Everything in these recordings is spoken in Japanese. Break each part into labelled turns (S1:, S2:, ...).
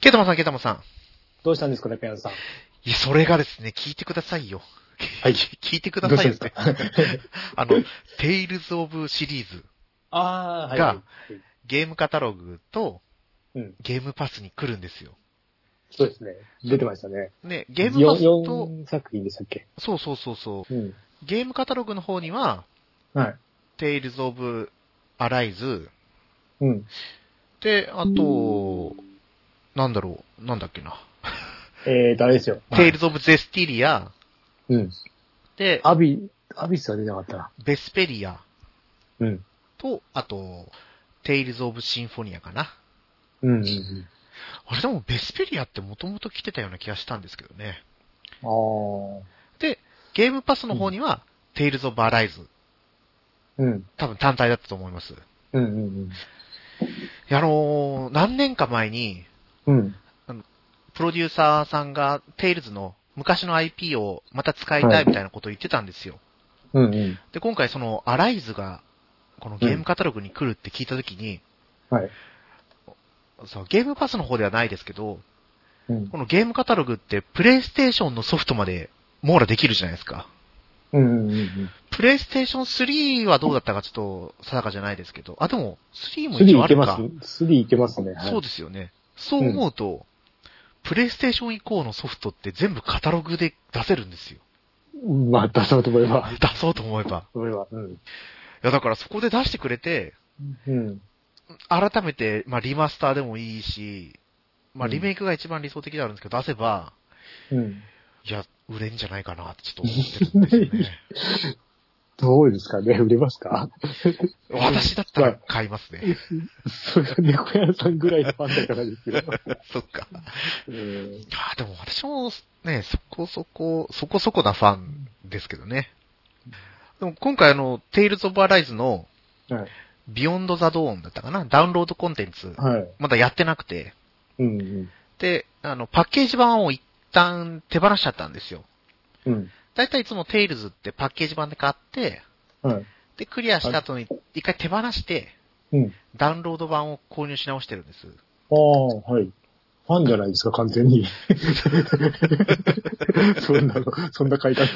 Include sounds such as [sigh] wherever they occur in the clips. S1: ケイタマンさん、ケイタマンさん。
S2: どうしたんですかね、ペアンさん。
S1: いや、それがですね、聞いてくださいよ。
S2: はい
S1: 聞いてくだ
S2: どうし
S1: さい
S2: たん
S1: よ
S2: で
S1: っ
S2: すか
S1: [laughs] て。あの、テイルズ・オブ・シリーズ、
S2: ああ、はい。
S1: がゲームカタログと
S2: うん。
S1: ゲームパスに来るんですよ。
S2: そうですね。出てましたね。
S1: ね、ゲームパスと、
S2: 4作品でしたっけ
S1: そうそうそうそ
S2: うん。
S1: う、ゲームカタログの方には、
S2: はい。
S1: テイルズ・オブ・アライズ、
S2: うん。
S1: で、あと、なんだろう、なんだっけな。
S2: えーと、あれですよ。
S1: テイルズ・オブ・ゼスティリア、
S2: うん。
S1: で、
S2: アビ、アビスは出なかったな。
S1: ベスペリア
S2: うん。
S1: と、あと、テイルズ・オブ・シンフォニアかな。
S2: うん、うんうん。
S1: あれでもベスペリアってもともと来てたような気がしたんですけどね。
S2: あー。
S1: ゲームパスの方には、テイルズ・オブ・アライズ。
S2: うん。
S1: 多分単体だったと思います。い
S2: うんうん
S1: や、あのー何年か前に、
S2: うん。うん。
S1: プロデューサーさんが、テイルズの昔の IP をまた使いたいみたいなことを言ってたんですよ。
S2: うんうん。
S1: で、今回その、アライズが、このゲームカタログに来るって聞いたときに、
S2: はい。
S1: そうゲームパスの方ではないですけど、
S2: うん。
S1: このゲームカタログって、プレイステーションのソフトまで網羅できるじゃないですか。
S2: うんうんうんうん。
S1: プレイステーション3はどうだったかちょっと定かじゃないですけど、あ、でも、3も一応
S2: 3
S1: あ
S2: いけ
S1: るか。
S2: ます。3いけますね。はい
S1: そうですよね。そう思うと、プレイステーション以降のソフトって全部カタログで出せるんですよ。 [laughs]
S2: うんまあ、出そうと思えば。
S1: 出そうと思えば。
S2: 思えば。うん。
S1: いや、だからそこで出してくれて、
S2: うん。
S1: 改めて、まあ、リマスターでもいいし、まあ、
S2: うん
S1: リメイクが一番理想的ではあるんですけど、出せば、 [laughs]
S2: うん。
S1: いや、売れんじゃないかなってちょっと思ってるんですよ
S2: [laughs]
S1: ね。
S2: どうですかね売れますか
S1: 私だったら買います
S2: [laughs]
S1: ね。
S2: それは猫屋さんぐらいのファンだからですよ。
S1: そっか。
S2: うん
S1: あーでも私もね、そこそこ、そこそこなファンですけどね。でも今回あの、テイルズ・オブ・アライズの
S2: はい。
S1: ビヨンド・ザ・ドーンだったかなダウンロードコンテンツ、
S2: はい。
S1: まだやってなくて。
S2: うんうん。
S1: で、あの、パッケージ版を一旦手放しちゃったんですよ。
S2: うん。
S1: だいたいいつもテイルズってパッケージ版で買って、
S2: はい。
S1: で、クリアした後に一回手放して、
S2: うん。
S1: ダウンロード版を購入し直してるんです。
S2: ああ、はい。ファンじゃないですか、完全に。 [laughs] そんなの、そんな買い方。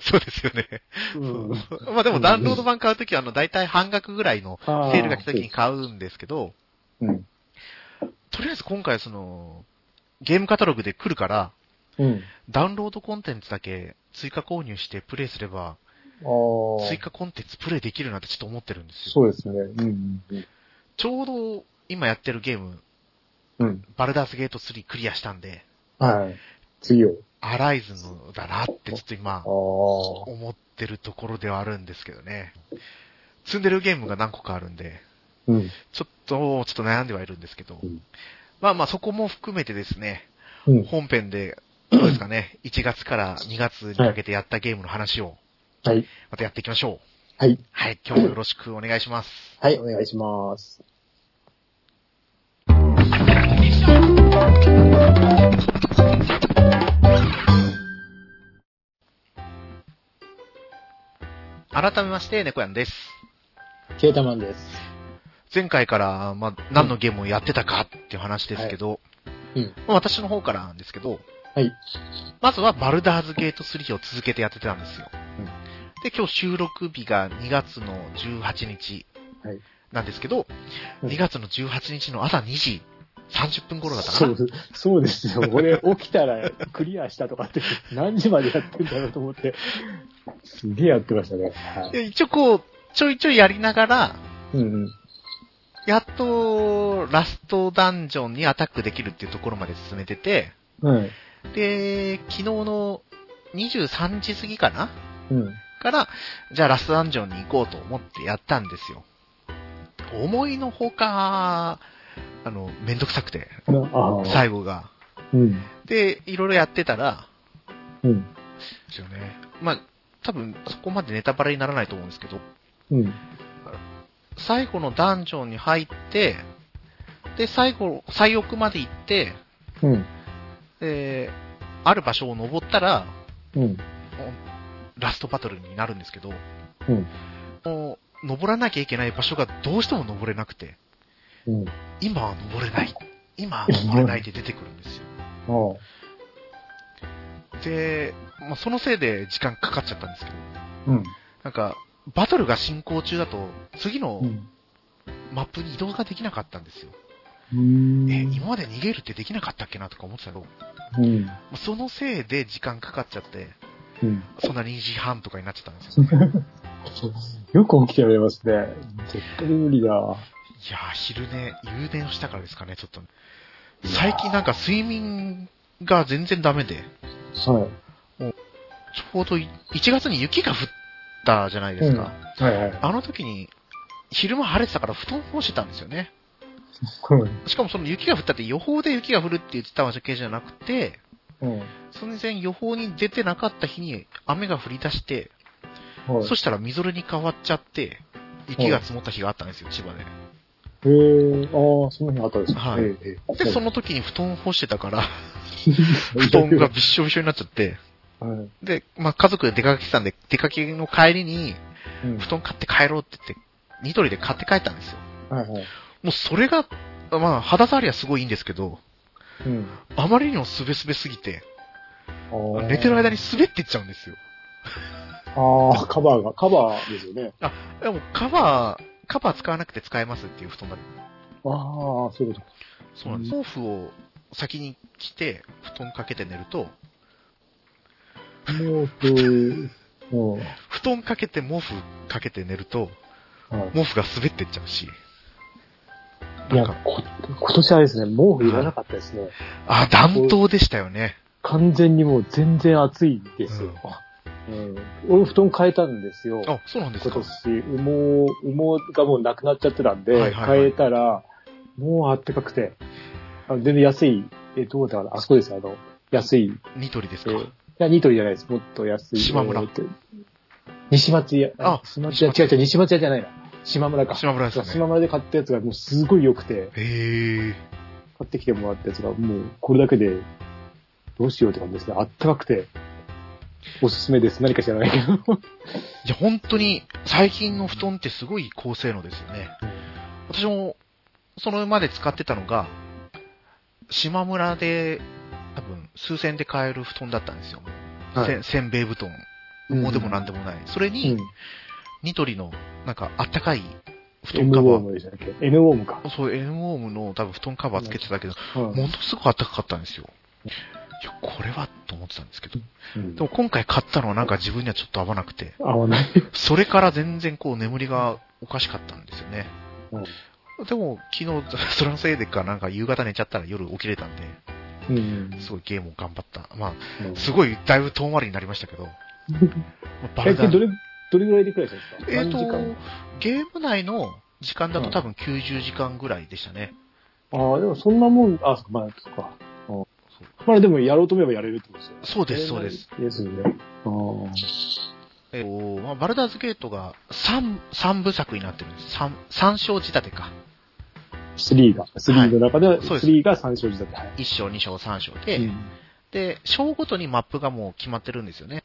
S1: そうですよね。
S2: うん。
S1: まあでもダウンロード版買うときはあの、だいたい半額ぐらいの
S2: あ
S1: セールが来た時に。買うんですけど、
S2: うん。
S1: とりあえず今回その、ゲームカタログで来るから、
S2: うん。
S1: ダウンロードコンテンツだけ追加購入してプレイすれば、
S2: ああ。
S1: 追加コンテンツプレイできるなってちょっと思ってるんですよ。
S2: そうですね。うん。
S1: ちょうど今やってるゲーム、
S2: うん。
S1: バルダースゲート3クリアしたんで、
S2: はい。次を。
S1: アライズのだなってちょっと今、
S2: あ
S1: 思ってるところではあるんですけどね。積んでるゲームが何個かあるんで、
S2: あ。うん。
S1: ちょっと、ちょっと悩んではいるんですけど
S2: うん。
S1: まあまあそこも含めてですね、
S2: うん。
S1: 本編で、どうですかね、1月から2月にかけてやったゲームの話を、
S2: はい。
S1: またやっていきましょう。
S2: はい。
S1: はい、今日もよろしくお願いします。
S2: はい、お願いします。
S1: 改めまして、猫やんです。
S2: ケータマンです。
S1: 前回から、まあ、何のゲームをやってたかっていう話ですけど、
S2: はいうん
S1: まあ私の方からなんですけど、
S2: はい。
S1: まずはバルダーズゲート3を続けてやってたんですよ。
S2: うん
S1: で、今日収録日が2月の18日
S2: はい
S1: なんですけど、
S2: うん
S1: 2月の18日の朝2時30分頃だったか
S2: そ
S1: な。
S2: う、そうですよ。俺、起きたらクリアしたとかって、何時までやってんだろうと思って、すげえやってましたね。はい。
S1: で一応こう、ちょいちょいやりながら、
S2: うんうん。
S1: やっと、ラストダンジョンにアタックできるっていうところまで進めてて、
S2: はい。
S1: で、昨日の23時過ぎかな
S2: うん。
S1: から、じゃあラストダンジョンに行こうと思ってやったんですよ。思いのほか、あの、めんどくさくて、
S2: ああ。
S1: 最後が。
S2: うん。
S1: で、いろいろやってたら、
S2: うん。
S1: ですよね。まあ、多分そこまでネタバレにならないと思うんですけど、
S2: うん。
S1: 最後のダンジョンに入って、で、最後、最奥まで行って、
S2: うん。
S1: で、ある場所を登ったら、
S2: うん。
S1: もうラストバトルになるんですけど、
S2: うん
S1: もう、登らなきゃいけない場所がどうしても登れなくて、
S2: うん。
S1: 今は登れないっ今、売れないで出てくるんですよ。
S2: お
S1: で、まあ、そのせいで時間かかっちゃったんですけど、
S2: うん。
S1: なんか、バトルが進行中だと、次の
S2: うん。
S1: マップに移動ができなかったんですよ。
S2: う
S1: え、
S2: ん。
S1: 今まで逃げるってできなかったっけなとか思ってたけど、も
S2: うん。
S1: うそのせいで時間かかっちゃって、
S2: うん。
S1: そんな2時半とかになっちゃったんですよ。
S2: よく起きてられますね。絶対無理だわ。
S1: いやー、昼寝、夕寝をしたからですかね、ちょっとね。最近なんか睡眠が全然ダメで、
S2: は
S1: ちょうどい1月に雪が降ったじゃないですか。
S2: い。はいはい。
S1: あの時に、昼間晴れてたから布団干してたんですよね。
S2: うん
S1: しかもその雪が降ったって予報で雪が降るって言ってたわけじゃなくて、
S2: うん。
S1: その前予報に出てなかった日に雨が降り出して、
S2: はい。
S1: そしたらみぞれに変わっちゃって、雪が積もった日があったんですよ、千葉で。
S2: へえ、ああ、その日あったですね。
S1: はい
S2: ええ。
S1: で、そ
S2: の、
S1: の時に布団干してたから、布
S2: 布
S1: 団が。びっしょびしょになっちゃって、
S2: はい。
S1: で、まあ家族で出かけてたんで、出かけの帰りに、
S2: うん
S1: 布団買って帰ろうって言って、ニトリで買って帰ったんですよ。
S2: はいはい。
S1: もうそれが、まあ肌触りはすごいいいんですけど、
S2: うん。
S1: あまりにもすべすべすぎて、
S2: ああ
S1: 寝てる間に滑っていっちゃうんですよ。
S2: ああ、カバーが、カバーですよね。
S1: でもカバー、カバー使わなくて使えますっていう布団だ
S2: ああ、そういうこ
S1: そうなんです。
S2: う
S1: 毛布を先に着て、布団かけて寝ると、
S2: と。毛布、うん。は
S1: 布団かけて毛布かけて寝ると、毛布が滑ってっちゃうし、
S2: い。い
S1: な
S2: や
S1: んか、、
S2: こ今年あれですね、毛布いらなかったですね。
S1: あ、暖冬でしたよね。
S2: 完全にもう全然暑いですよ。うん。俺布団変えたんですよ。
S1: あ、そうなんです
S2: 今
S1: か。
S2: 年、羽毛、羽毛がもうなくなっちゃってたんで、
S1: はいはいはい
S2: 変えたら、もうあったかくて、あの全然安い、え、どうだろう、あそこです、あの、安い、
S1: ニトリです
S2: え
S1: か。
S2: ーいや、ニトリじゃないです、もっと安い。
S1: 島村
S2: えーと西松屋、
S1: あ
S2: 西松
S1: 西
S2: 屋、
S1: 松
S2: 違う違う、西松屋じゃないな。島村か。
S1: 島村です
S2: 島
S1: ね。
S2: 村で買ったやつがもうすごい良くて、
S1: へえ。
S2: 買ってきてもらったやつがもうこれだけでどうしようって感じですね。あったかくて、おすすめです。何か知らないけど。
S1: いや、本当に、最近の布団ってすごい高性能ですよね。私も、そのまで使ってたのが、島村で、多分、数千で買える布団だったんですよ。
S2: は
S1: せんせんべい布団。
S2: うん
S1: もうでもなんでもない。それ
S2: う
S1: に
S2: ん、。
S1: ニトリの、なんか、あったかい布団
S2: M ウ
S1: カ
S2: ォー
S1: バー。
S2: ムでしたっけ ?M ウォームか。
S1: そう、エンウォームの多分布団カバーつけてたけど、
S2: うん
S1: ものすごくあったかかったんですよ。いや、これは、と思ってたんですけど。
S2: うん
S1: でも今回買ったのはなんか自分にはちょっと合わなくて、
S2: 合わない。
S1: それから全然こう眠りがおかしかったんですよね。でも、昨日、 [laughs] それのせいでか、なんか夕方寝ちゃったら夜起きれたんで、
S2: うん。
S1: すごいゲームを頑張った。ま
S2: うん
S1: あ、すごい、だいぶ遠回りになりましたけど、まあバ
S2: え、
S1: ル
S2: で
S1: ダ
S2: ど
S1: ン
S2: れ、どれぐらいでくらいしたんですか
S1: えっと
S2: 3時間。、
S1: ゲーム内の時間だ
S2: う
S1: と
S2: ん
S1: 多分90時間ぐらいでしたね。
S2: ああ、でもそんなもん、あ、まあ、そっか。うんまあでもやろうと思えばやれるってことですよ。
S1: そうです、そうです。。
S2: ですよね。ああ。
S1: えっと、まあ、バルダーズゲートが3、三部作になってるんです。3、三章仕立てか。
S2: 3が。3の中では、
S1: そうです
S2: 3が3章時だった。はい
S1: 1章、2章、3章で、
S2: うん
S1: で、章ごとにマップがもう決まってるんですよね。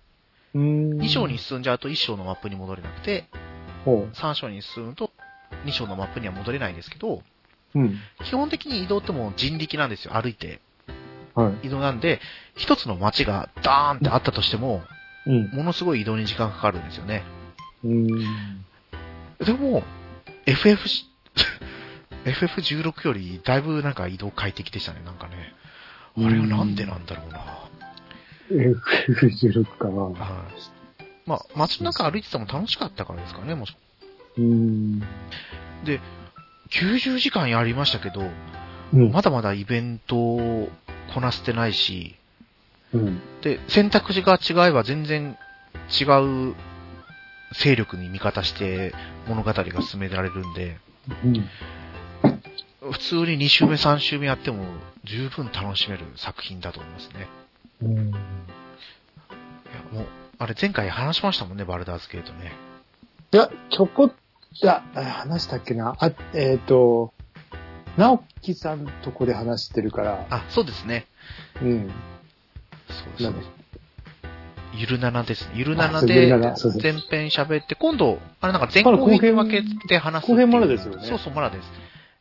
S2: うん。
S1: 2章に進んじゃうと1章のマップに戻れなくて、
S2: ほ
S1: 3章に進むと2章のマップには戻れないんですけど、
S2: う。うん。
S1: 基本的に移動ってもう人力なんですよ、歩いて。
S2: は
S1: 移動なんで、一つの街がダーンってあったとしても、
S2: い。うん。
S1: ものすごい移動に時間かかるんですよね。
S2: うん。
S1: でも、FF し、FF16 よりだいぶなんか移動快適でしたね、なんかね。あれはなんでなんだろうな。
S2: [laughs] F16 かな。
S1: はい。まあ、街の中歩いてても楽しかったからですかね、もし
S2: うん。
S1: 90時間やりましたけど、
S2: うん。
S1: まだまだイベントをこなせてないし、
S2: うん。
S1: で、選択肢が違えば全然違う勢力に味方して物語が進められるんで、
S2: うん。
S1: 普通に2周目、3周目やっても十分楽しめる作品だと思いますね。
S2: うん。
S1: いや、もう、あれ前回話しましたもんね、バルダーズゲートね。
S2: いや、ちょこっと、あ、話したっけな。あ、えっ、と、直樹さんとこで話してるから、
S1: あ、そうですね。
S2: うん。
S1: そうです
S2: なん
S1: ね
S2: か。
S1: ゆるななですね。ゆるな
S2: あ
S1: な
S2: そう
S1: で
S2: ゆるななそうそう
S1: 前編喋って、今度、あれなんか前
S2: まだ
S1: 後
S2: 後編
S1: 編分けて話すっていう。
S2: 後編まだですよね
S1: そうそう、まだです。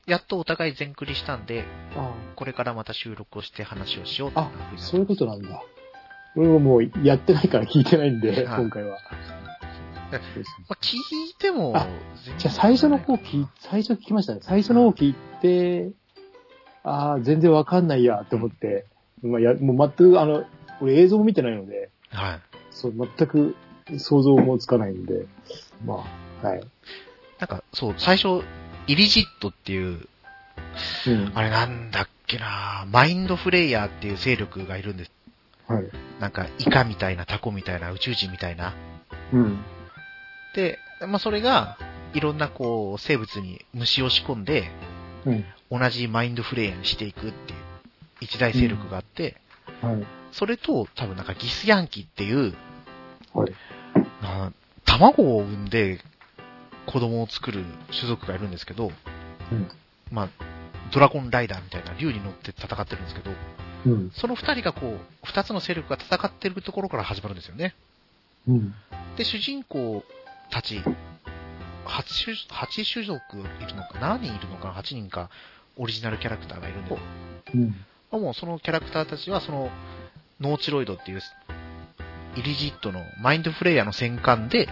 S1: やっとお互い全クリしたんで、
S2: あ
S1: これからまた収録をして話をしよう
S2: あ
S1: ふうになりました
S2: そういうことなんだ。俺ももうやってないから聞いてないんで、
S1: はい
S2: 今回は。
S1: まあ、聞いても
S2: あ、
S1: 全然
S2: じゃあ最初の方聞い、最初聞きましたね。最初の方聞いて、ああ、全然わかんないや、と思って。まあ、や、もう全く、あの、俺映像も見てないので、
S1: はい。
S2: そう、全く想像もつかないんで、まあ、はい。
S1: なんか、そう、最初、イリジットっていう、
S2: うん。
S1: あれなんだっけなマインドフレイヤーっていう勢力がいるんです。
S2: はい。
S1: なんか、イカみたいな、タコみたいな、宇宙人みたいな。
S2: うん。
S1: で、まあ、それが、いろんなこう、生物に虫を仕込んで、
S2: うん。
S1: 同じマインドフレイヤーにしていくっていう、一大勢力があって、
S2: はい。
S1: それと、多分なんかギスヤンキーっていう、
S2: はい
S1: な卵を産んで子供を作る種族がいるんですけど、
S2: うん
S1: まあ、ドラゴンライダーみたいな竜に乗って戦ってるんですけど、
S2: うん。
S1: その二人がこう、二つの勢力が戦ってるところから始まるんですよね。
S2: うん。
S1: で、主人公たち、八種、八種族いるのか、何人いるのか、八人か、オリジナルキャラクターがいるんで、
S2: うん。
S1: まあもうそのキャラクターたちはそのノーチロイドっていうイリジットのマインドフレイヤーの戦艦で、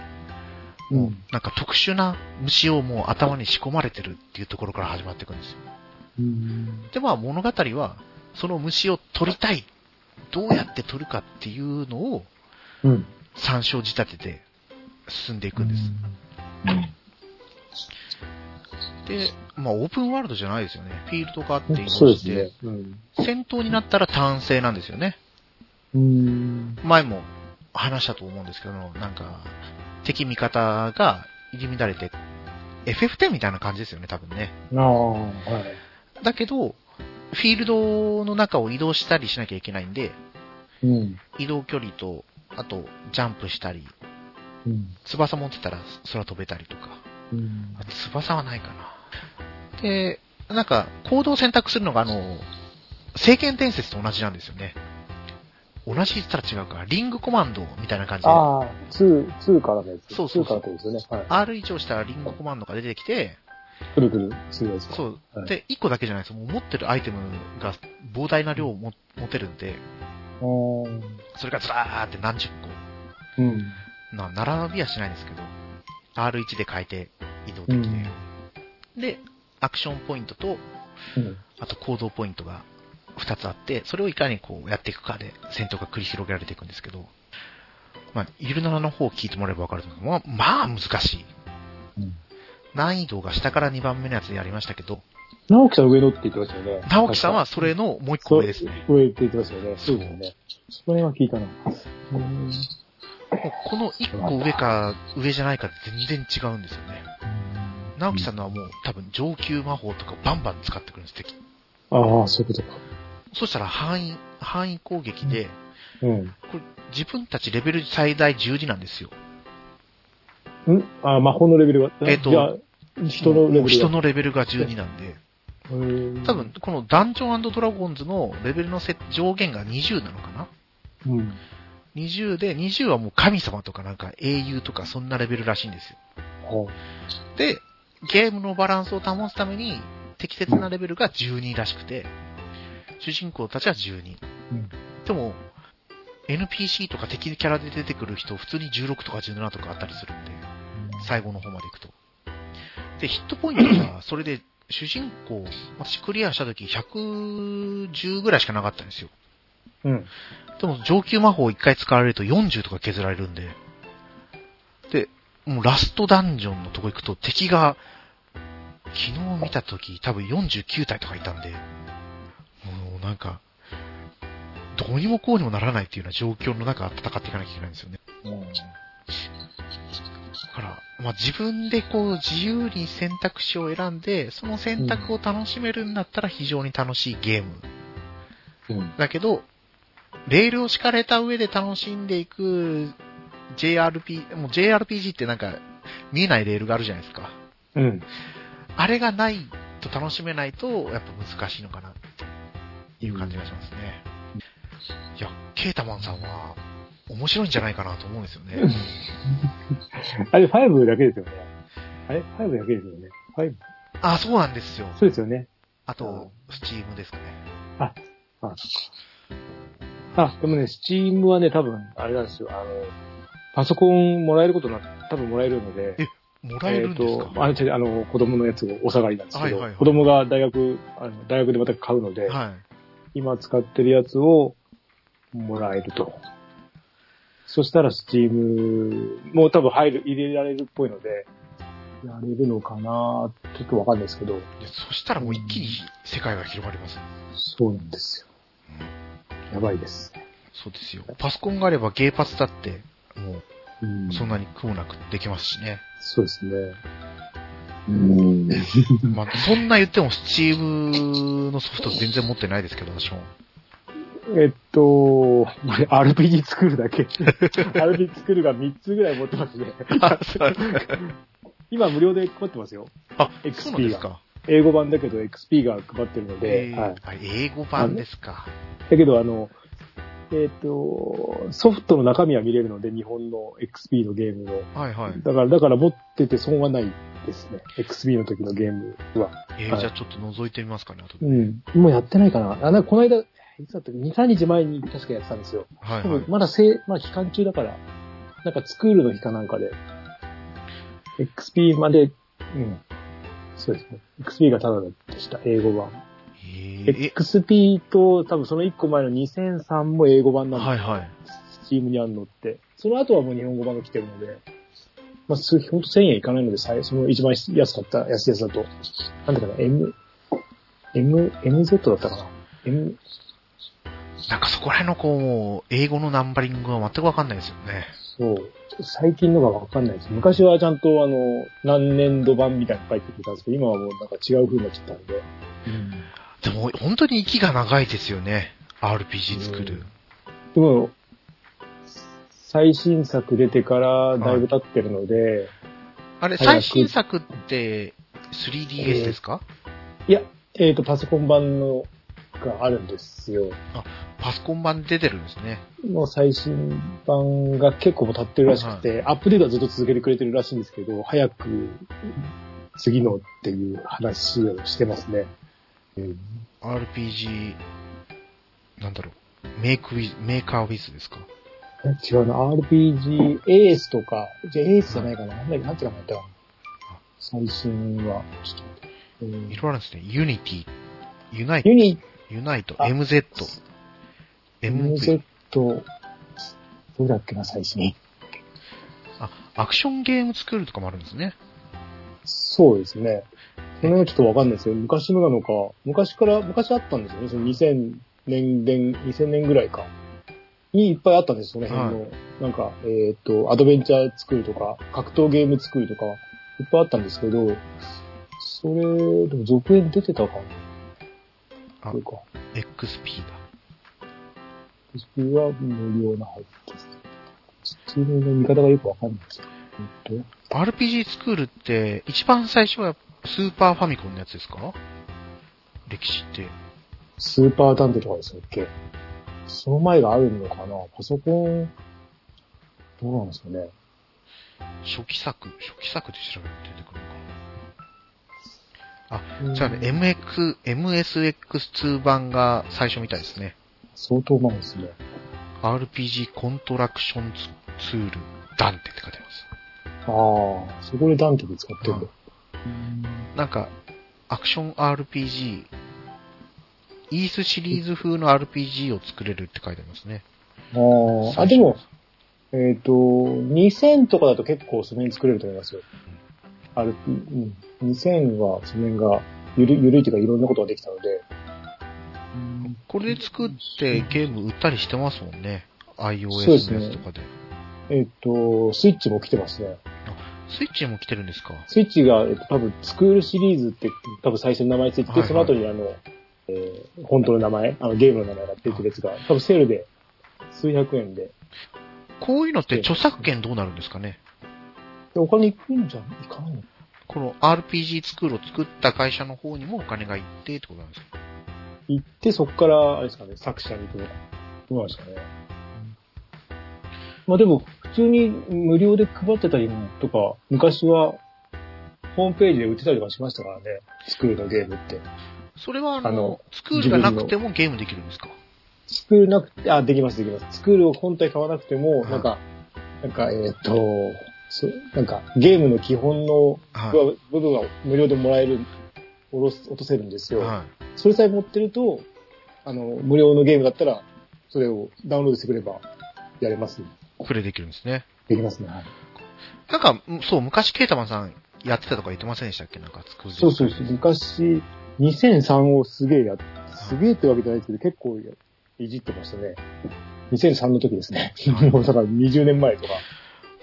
S2: う。
S1: もうんなんか特殊な虫をもう頭に仕込まれてるっていうところから始まっていくんですよ。
S2: うん。
S1: でまあ物語はその虫を取りたい、どうやって取るかっていうのを
S2: うん。
S1: 参照仕立てて進んでいくんです。で、まあオープンワールドじゃないですよね。フィールドがあって移動
S2: そうで
S1: し
S2: す
S1: て、
S2: ね。うん。
S1: 戦闘になったら単性なんですよね。
S2: うん。
S1: 前も話したと思うんですけど、なんか、敵味方が入り乱れて、FF10 みたいな感じですよね、多分ね。
S2: ああ、はい。
S1: だけど、フィールドの中を移動したりしなきゃいけないんで、
S2: うん。
S1: 移動距離と、あと、ジャンプしたり、
S2: うん。
S1: 翼持ってたら空飛べたりとか。
S2: うん
S1: あ翼はないかな。で、なんか、行動を選択するのが、あの、聖剣伝説と同じなんですよね。同じ言ったら違うか、リングコマンドみたいな感じで。
S2: ああ、2、2からのやつ。
S1: そうそうそう
S2: 2からってことですよね。は
S1: R 以上したらリングコマンドが出てきて、
S2: い。くるくるするやつ。。
S1: そうう
S2: は。い
S1: で、1個だけじゃないです。もう持ってるアイテムが膨大な量をも持てるんで、それがずらーって何十
S2: うん。
S1: 個。な、並びはしないんですけど、R1 で変えて移動で
S2: う
S1: きて
S2: ん。。
S1: で、アクションポイントと、
S2: うん。
S1: あと行動ポイントが2つあって、それをいかにこうやっていくかで戦闘が繰り広げられていくんですけど、まあ、ゆるならの方を聞いてもらえばわかると思うまあ、まあ難しい。
S2: うん
S1: 難易度が下から2番目のやつでやりましたけど、
S2: 直樹さん上乗って言ってましたよね。
S1: 直樹さんはそれのもう一個上ですね。
S2: そう。上って言ってましたよね。
S1: そう
S2: そうですよね。そこら辺は聞いたな。うん。
S1: もうこの一個上か上じゃないか全然違うんですよね。直樹さんのはもう多分上級魔法とかバンバン使ってくるんです、敵。
S2: ああ、そういうことか。
S1: そしたら範囲、範囲攻撃で、
S2: うん。
S1: 自分たちレベル最大12なんですよ。
S2: んああ、魔法のレベルは
S1: えっと
S2: いや人のレベルは
S1: 人。のレベルが12なんで、
S2: うん
S1: 多分。このダンジョンドラゴンズのレベルのせ上限が20なのかな
S2: うん。
S1: 20で、20はもう神様とかなんか英雄とかそんなレベルらしいんですよ。
S2: は
S1: で、ゲームのバランスを保つために、適切なレベルが12らしくて、主人公たちは12。
S2: うん
S1: でも、NPC とか敵キャラで出てくる人、普通に16とか17とかあったりするんで、最後の方まで行くと。で、ヒットポイントが、それで、主人公、私クリアした時110ぐらいしかなかったんですよ。
S2: うん。
S1: でも上級魔法を1回使われると40とか削られるんで。で、もうラストダンジョンのとこ行くと敵が、昨日見た時多分49体とかいたんで、もうなんか、どうにもこうにもならないっていうような状況の中戦っていかなきゃいけないんですよね。だから、まあ、自分でこう自由に選択肢を選んで、その選択を楽しめるんだったら非常に楽しいゲーム
S2: うん。
S1: だけど、レールを敷かれた上で楽しんでいく JRP、もう JRPG ってなんか見えないレールがあるじゃないですか。
S2: うん。
S1: あれがないと楽しめないとやっぱ難しいのかなっていう感じがしますね。いや、ケータマンさんは面白いんじゃないかなと思うんですよね。
S2: あれ、5だけですよね。あれ ?5 だけですよね。
S1: あ、そうなんですよ。
S2: そうですよね。
S1: あと、スチームですかね。
S2: あ、でもね、スチームはね、多分、あれなんですよ。あの、パソコンもらえることになって、多分もらえるので、
S1: もらえるんですか、
S2: と、あれ違うあの、子供のやつをお下がりなんです
S1: は
S2: けど、
S1: いはいはい
S2: 子供が大学、あの大学でまた買うので、
S1: はい。
S2: 今使ってるやつをもらえると。そしたら Steam も多分入る、入れられるっぽいので、やれるのかなちょっとわかんないですけど、
S1: でそしたらもう一気に世界が広がります。
S2: そうなんですよ。やばいです。
S1: そうですよ。パソコンがあればゲーパスだって、も
S2: うん
S1: うそんなに苦もなくできますしね。
S2: そうですね。うん。
S1: まあ、そんな言っても、スチームのソフト全然持ってないですけど、私も。
S2: えっと、俺 RPG 作るだけ。RPG 作るが3つぐらい持ってますね。
S1: [laughs] あ、そう
S2: 今無料で配ってますよ。
S1: なんですか。
S2: 英語版だけど XP が配ってるので、
S1: えー
S2: はい。
S1: あ英語版ですか。
S2: だけど、あの、えっ、と、ソフトの中身は見れるので、日本の XP のゲームの。
S1: はいはい。
S2: だから、だから持ってて損はないですね。XP の時のゲームは。
S1: え
S2: は
S1: ー、
S2: い
S1: じゃあちょっと覗いてみますかね、後で。
S2: うん。もうやってないかな。あ、なんかこの間、いつだったっけ ?2、3日前に確かやってたんですよ。
S1: はい
S2: 多
S1: はい
S2: 分。まだせ、まだ期間中だから、なんかスクールの日かなんかで、XP まで、うん。そうですね。XP がただでした、英語版。
S1: えー
S2: XP と多分その1個前の2003も英語版
S1: え
S2: なんで
S1: はいはい。
S2: スチームにあるのって。その後はもう日本語版が来てるので、まあ、数ほんと1000円いかないので、さいその一番安かった、安いやつだと。なんだかな、M、M、MZ だったかな。M、
S1: なんかそこら辺のこう、もう、英語のナンバリングは全くわかんないですよね。
S2: そう。最近のがわかんないです。昔はちゃんとあの、何年度版みたいなの書いてくれたんですけど、今はもうなんか違う風になっちゃったんで。
S1: でも、本当に息が長いですよね。RPG 作る。
S2: でも、最新作出てからだいぶ経ってるので、
S1: あれ、
S2: 早く
S1: 最新作って、3DS ですか、
S2: えっ、と、パソコン版のがあるんですよ。
S1: パソコン版で出てるんですね。
S2: の最新版が結構もう経ってるらしくて、アップデートはずっと続けてくれてるらしいんですけど、早く次のっていう話をしてますね。うん、
S1: RPG、なんだろう。メイクウィズ、メーカーウィズですか
S2: 違うな、RPG、エースとか、じゃあエースじゃないかな、なんだっけ、なんて名前だったかな最新は、ちょっと待っ
S1: いろ
S2: て、
S1: いろあるんですね。ユニティ、ユナイ
S2: う
S1: ト
S2: ん、ユ、ニ
S1: ユナイト、
S2: あ
S1: MZ、MV
S2: MZ、。どれだっけな、最新。
S1: アクションゲーム作るとかもあるんですね。
S2: そうですね。その辺はちょっとわかんないですけど、昔のなのか、昔から、昔あったんですよね。その2000年、年2000年ぐらいか。にいっぱいあったんですよ、その辺の。なんか、えっ、と、アドベンチャー作るとか、格闘ゲーム作るとか、いっぱいあったんですけど、それ、でも続編出てたかな。
S1: あ
S2: そうか。
S1: XP だ。
S2: それは無料なはずです。普通の見方がよくわかんないです。えっと
S1: RPG スクールって、一番最初はスーパーファミコンのやつですか歴史って。
S2: スーパー探偵とかですよっけその前があるのかなパソコン、どうなんですかね
S1: 初期作、初期作で調べると出てくるのかな。じゃあね、MX、MSX2 版が最初みたいですね。
S2: 相当前ですね。
S1: RPG コントラクションツツール、ダンテって書いてあります。
S2: ああ、そこでダンテで使ってるの。
S1: なんか、アクション RPG、イースシリーズ風の RPG を作れるって書いてありますね。
S2: ああ、あ、でも、えっ、と、2000とかだと結構素面作れると思いますよ。ある、うん。2000は素面がゆる、ゆるいというかいろんなことができたので。
S1: これで作ってゲーム売ったりしてますもんね。
S2: そうで
S1: iOS
S2: す
S1: の
S2: ね
S1: やつとかで。
S2: えっ、と、スイッチも来てますね。
S1: スイッチにも来てるんですか
S2: スイッチが、えっと、多分、スクールシリーズって、多分最初の名前ついてて、
S1: はいはい
S2: その後にあの、えー本当の名前、あの、ゲームの名前が出てるやつが、多分セールで、数百円で。
S1: こういうのって著作権どうなるんですかね
S2: でお金いくんじゃんいかないの
S1: この RPG スクールを作った会社の方にもお金がいってってことなんですか
S2: 行って、そこから、あれですかね、作者に行くのか。どうなんですかね。まあでも、普通に無料で配ってたりとか、昔は、ホームページで売ってたりとかしましたからね。スクールのゲームって。
S1: それはあの、
S2: あの
S1: スクールがなくてもゲームできるんですか
S2: スクールなくて、あ、できます、できます。スクールを本体買わなくても、
S1: はい
S2: なんか、なんか、えーっと、そうなんか、ゲームの基本の
S1: は
S2: 部部分が無料でもらえる、おろす、落とせるんです
S1: い。
S2: よ。
S1: は
S2: それさえ持ってると、あの、無料のゲームだったら、それをダウンロードしてくれば、やれます。
S1: い。プレイできるんですね。
S2: できますね。はい
S1: なんか、うんそう、昔ケータマンさんやってたとか言ってませんでしたっけなんか作る。
S2: そうそうそう。昔、2003をすげえや、すげえってわけじゃないですけど、結構やいじってましたね。2003の時ですね。 [laughs] もうだから20年前とか。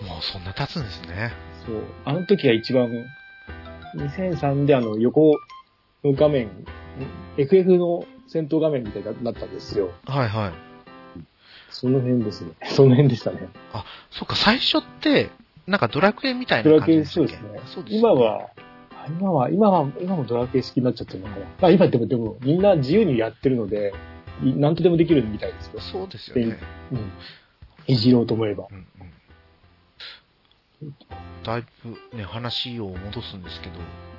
S1: もうそんな経つんですね。
S2: そう。あの時が一番、2003であの、横の画面、FF の戦闘画面みたいになったんですよ。
S1: はいはい。
S2: その辺ですね。 [laughs] その辺でしたね。
S1: そっか、最初って、なんかドラクエみたい
S2: ド
S1: な
S2: ラ
S1: 感
S2: ク
S1: じ
S2: エ、
S1: でした
S2: そ
S1: っ
S2: うで
S1: け
S2: すね。
S1: そうですよね
S2: 今、は、あ今は、今は、今もドラクエ式になっちゃってるのかな。あ、今でも、でも、みんな自由にやってるので、いなんとでもできるみたいですよ。
S1: そうですよね。
S2: でうん。いじろうと思えば。
S1: うんうん。だいぶね、話を戻すんですけ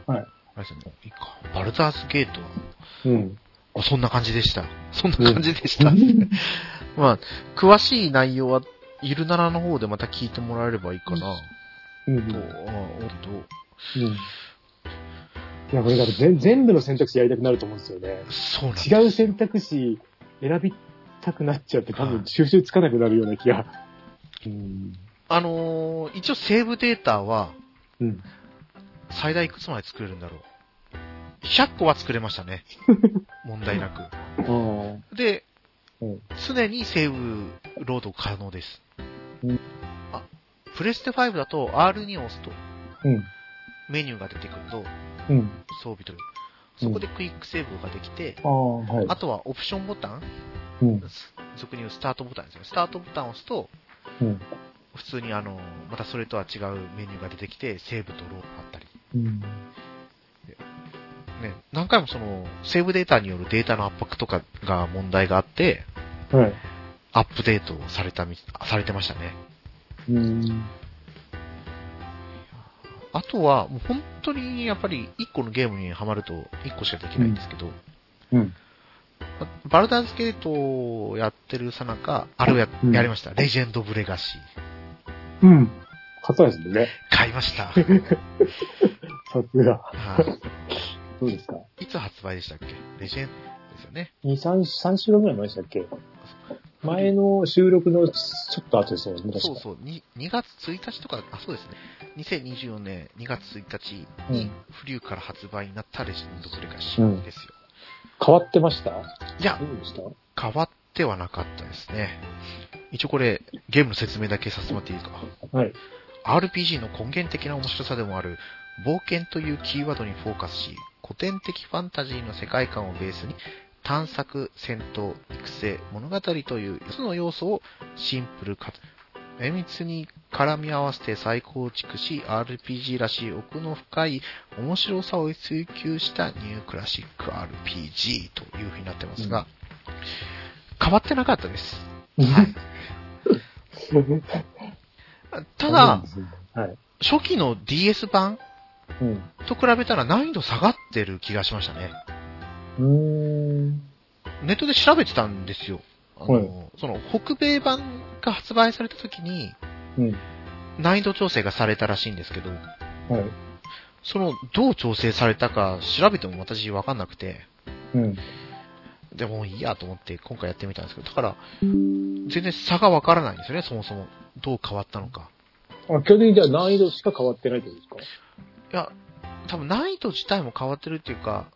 S1: ど、
S2: はい。
S1: あれですよね、いいか。バルザーズゲートは、 [laughs]
S2: うん。
S1: あそんな感じでした。 [laughs] そん [laughs] な感じでした。まあ、詳しい内容は、ゆるならの方でまた聞いてもらえればいいかな、
S2: うん。う
S1: と、
S2: ん。
S1: ああ思うけど
S2: いや、これだから全全部の選択肢やりたくなると思うんですよね。
S1: そうなんです
S2: 違う選択肢選びたくなっちゃって多分収集つかなくなるような気が。うん。
S1: あのー一応セーブデータは、
S2: うん。
S1: 最大いくつまで作れるんだろう。100個は作れました [laughs] ね。問題なく。
S2: ああ。
S1: で、
S2: うん
S1: 常にセーブロード可能です。
S2: うん
S1: あ、プレステ5だと R2 を押すと
S2: うん。
S1: メニューが出てくると
S2: うん。
S1: 装備という。そこでクイックセーブができて、
S2: ああ、はい。
S1: あとはオプションボタン、
S2: うん。
S1: 俗に言うスタートボタンですね。スタートボタンを押すと、
S2: うん。
S1: 普通にあの、またそれとは違うメニューが出てきて、セーブとロードがあったり。
S2: うん。
S1: ね、何回もその、セーブデータによるデータの圧迫とかが問題があって、
S2: はい。
S1: アップデートをされたみ、されてましたね。
S2: うん。
S1: あとは、もう本当にやっぱり1個のゲームにはまると1個しかできないんですけど、
S2: うん。
S1: まバルダーズゲートをやってるさなか、あれをや,、
S2: うん
S1: やりました。レジェンド・オブ・レガシ
S2: うん。勝たないですもんね。
S1: ー。買いま
S2: [laughs]
S1: した。
S2: さすが。
S1: は
S2: どうですか
S1: い。いつ発売でしたっけレジェンドですよね。
S2: ?2、3、三週間ぐらい前でしたっけ前の収録のちょっと後ですよね、確か
S1: そうそう、に2月1日とか、あ、そうですね。2024年2月1日
S2: う
S1: に
S2: ん、
S1: フリューから発売になったレジェンド・ブレガシーですよ。
S2: 変わってました
S1: いや、
S2: どうでした
S1: 変わってはなかったですね。一応これ、ゲームの説明だけさせてもらっていいですか。
S2: はい。
S1: RPG の根源的な面白さでもある、冒険というキーワードにフォーカスし、古典的ファンタジーの世界観をベースに、探索、戦闘、育成、物語という4つの要素をシンプルかつ、綿密に絡み合わせて再構築し、RPG らしい奥の深い面白さを追求したニュークラシック RPG というふうになってますが、変わってなかったです。はい、 [laughs] ただ、、
S2: はい。
S1: 初期の DS 版
S2: うん。
S1: と比べたら難易度下がってる気がしましたね。
S2: うーん。
S1: ネットで調べてたんですよ。あの、
S2: はい
S1: その、北米版が発売された時に
S2: うん。
S1: 難易度調整がされたらしいんですけど、
S2: はい。
S1: その、どう調整されたか調べても私わかんなくて、
S2: うん。
S1: でもういいやと思って今回やってみたんですけど、だから、全然差がわからないんですよね、そもそも。どう変わったのか。
S2: あ、基本的にじゃあ難易度しか変わってないってことですか
S1: いや、多分難易度自体も変わってるっていうか、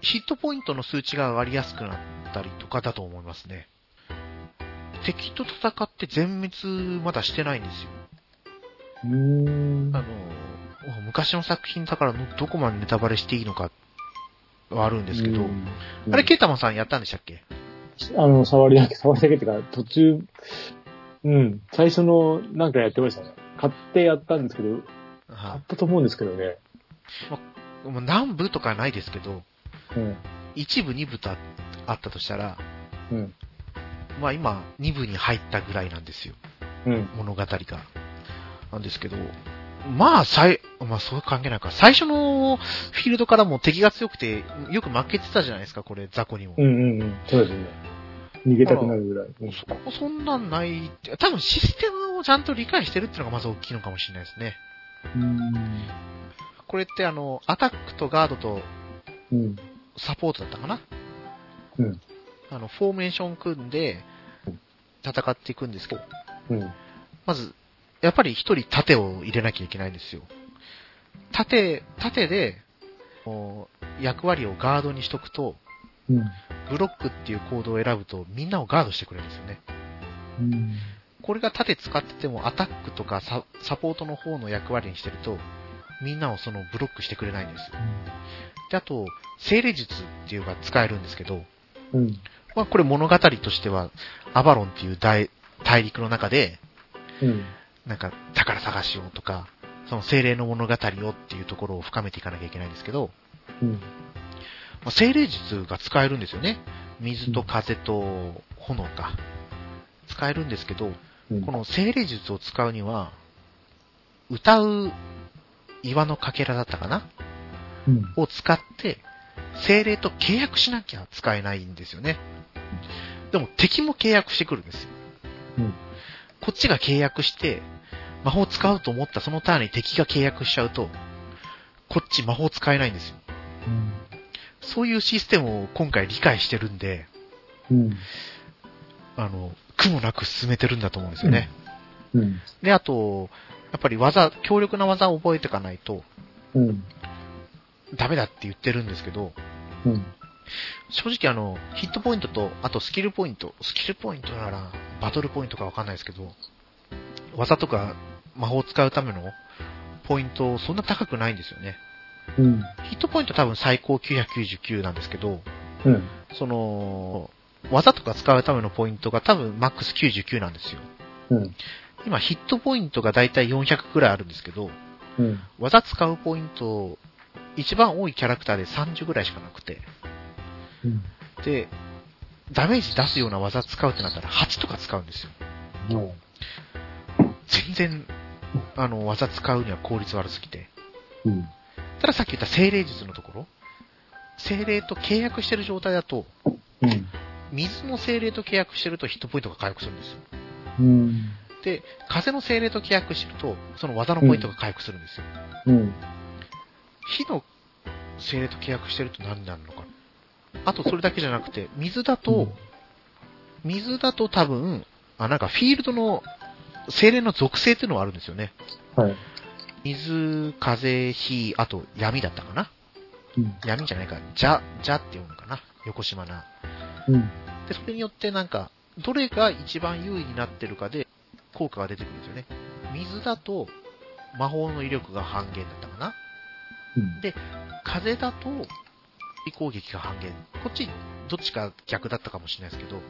S1: ヒットポイントの数値が上がりやすくなったりとかだと思いますね。敵と戦って全滅まだしてないんですよ。
S2: うーん
S1: あの、昔の作品だからのどこまでネタバレしていいのかはあるんですけど、あれ、ケータマンさんやったんでしたっけ
S2: あの、触りだけ、触りだけっていうか、途中、うん、最初のなんかやってましたね。買ってやったんですけど、買
S1: は
S2: ったと思うんですけどね。
S1: い。もう何部とかないですけど、
S2: うん。
S1: 1部2部とああったとしたら、
S2: うん。
S1: まあ今2部に入ったぐらいなんですよ。
S2: うん。
S1: 物語が。なんですけど、まあ、最、まあ、そう関係ないか。最初のフィールドからも敵が強くて、よく負けてたじゃないですか、これ、雑魚にも。
S2: うんうんうん。そうですね。逃げたくなるぐらい。うん
S1: そこ、そんなんないって、多分システムをちゃんと理解してるっていうのがまず大きいのかもしれないですね。
S2: うん。
S1: これってあの、アタックとガードと
S2: うん。
S1: サポートだったかな
S2: うん。
S1: あの、フォーメーション組んで、戦っていくんですけど、
S2: うん。
S1: まず、やっぱり一人盾を入れなきゃいけないんですよ。盾、盾で、こう役割をガードにしとくと、
S2: うん。
S1: ブロックっていう行動を選ぶと、みんなをガードしてくれるんですよね。
S2: うん。
S1: これが盾使ってても、アタックとかササポートの方の役割にしてると、みんなをそのブロックしてくれないんです。で、あと、精霊術っていうのが使えるんですけど、
S2: うん。
S1: まあこれ物語としては、アバロンっていう大大陸の中で、
S2: うん。
S1: なんか宝探しをとか、その精霊の物語をっていうところを深めていかなきゃいけないんですけど、
S2: うん。
S1: まあ、精霊術が使えるんですよね。水と風と炎か。使えるんですけど、
S2: うん。
S1: この精霊術を使うには、歌う岩のかけらだったかな
S2: うん。
S1: を使って、精霊と契約しなきゃ使えないんですよね。でも敵も契約してくるんですよ。
S2: うん
S1: こっちが契約して、魔法使うと思ったそのターンに敵が契約しちゃうと、こっち魔法使えないんですよ。そういうシステムを今回理解してるんで、
S2: うん。
S1: あの、苦もなく進めてるんだと思うんですよね。
S2: うん。
S1: で、あと、やっぱり技、強力な技を覚えていかないと、
S2: うん。
S1: ダメだって言ってるんですけど、
S2: うん。
S1: 正直あの、ヒットポイントと、あとスキルポイント、スキルポイントなら、バトルポイントかわかんないですけど、技とか魔法を使うためのポイント、そんな高くないんですよね。
S2: うん。
S1: ヒットポイント多分最高999なんですけど、
S2: うん。
S1: その、技とか使うためのポイントが多分マックス99なんですよ。
S2: うん。
S1: 今ヒットポイントがだいたい400くらいあるんですけど、
S2: うん。
S1: 技使うポイント、一番多いキャラクターで30ぐらいしかなくて、
S2: うん。
S1: で、ダメージ出すような技使うってなったら8とか使うんですよ。全然、あの、技使うには効率悪すぎて。
S2: うん。
S1: たださっき言った精霊術のところ、精霊と契約してる状態だと、
S2: うん。
S1: 水の精霊と契約してるとヒットポイントが回復するんですよ。
S2: うん。
S1: で、風の精霊と契約してると、その技のポイントが回復するんですよ。
S2: うん。
S1: 火の精霊と契約してると何になるのかなあとそれだけじゃなくて、水だと、水だと多分、あ、なんかフィールドの精霊の属性っていうのはあるんですよね。
S2: はい。
S1: 水、風、火、あと闇だったかな
S2: うん。
S1: 闇じゃないか。じゃ、じゃって読むのかな横島な。
S2: うん。
S1: で、それによってなんか、どれが一番優位になってるかで効果が出てくるんですよね。水だと魔法の威力が半減だったかな
S2: うん。
S1: 風だと、攻撃が半減。こっち、どっちか逆だったかもしれないですけど。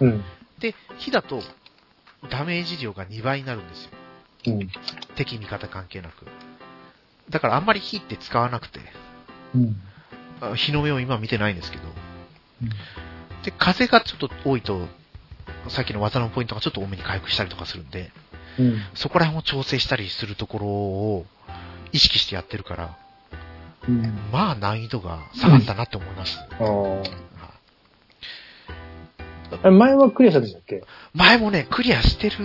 S2: うん。
S1: で、火だと、ダメージ量が2倍になるんですよ。
S2: うん。
S1: 敵味方関係なく。だからあんまり火って使わなくて、
S2: うん。
S1: あ火の目を今見てないんですけど。で、風がちょっと多いと、さっきの技のポイントがちょっと多めに回復したりとかするんで、
S2: うん。
S1: そこら辺を調整したりするところを意識してやってるから、
S2: うん。
S1: まあ難易度が下がったなって思います。
S2: ああ。
S1: はい
S2: あれ前はクリアしたでしたっけ
S1: 前もね、クリアしてる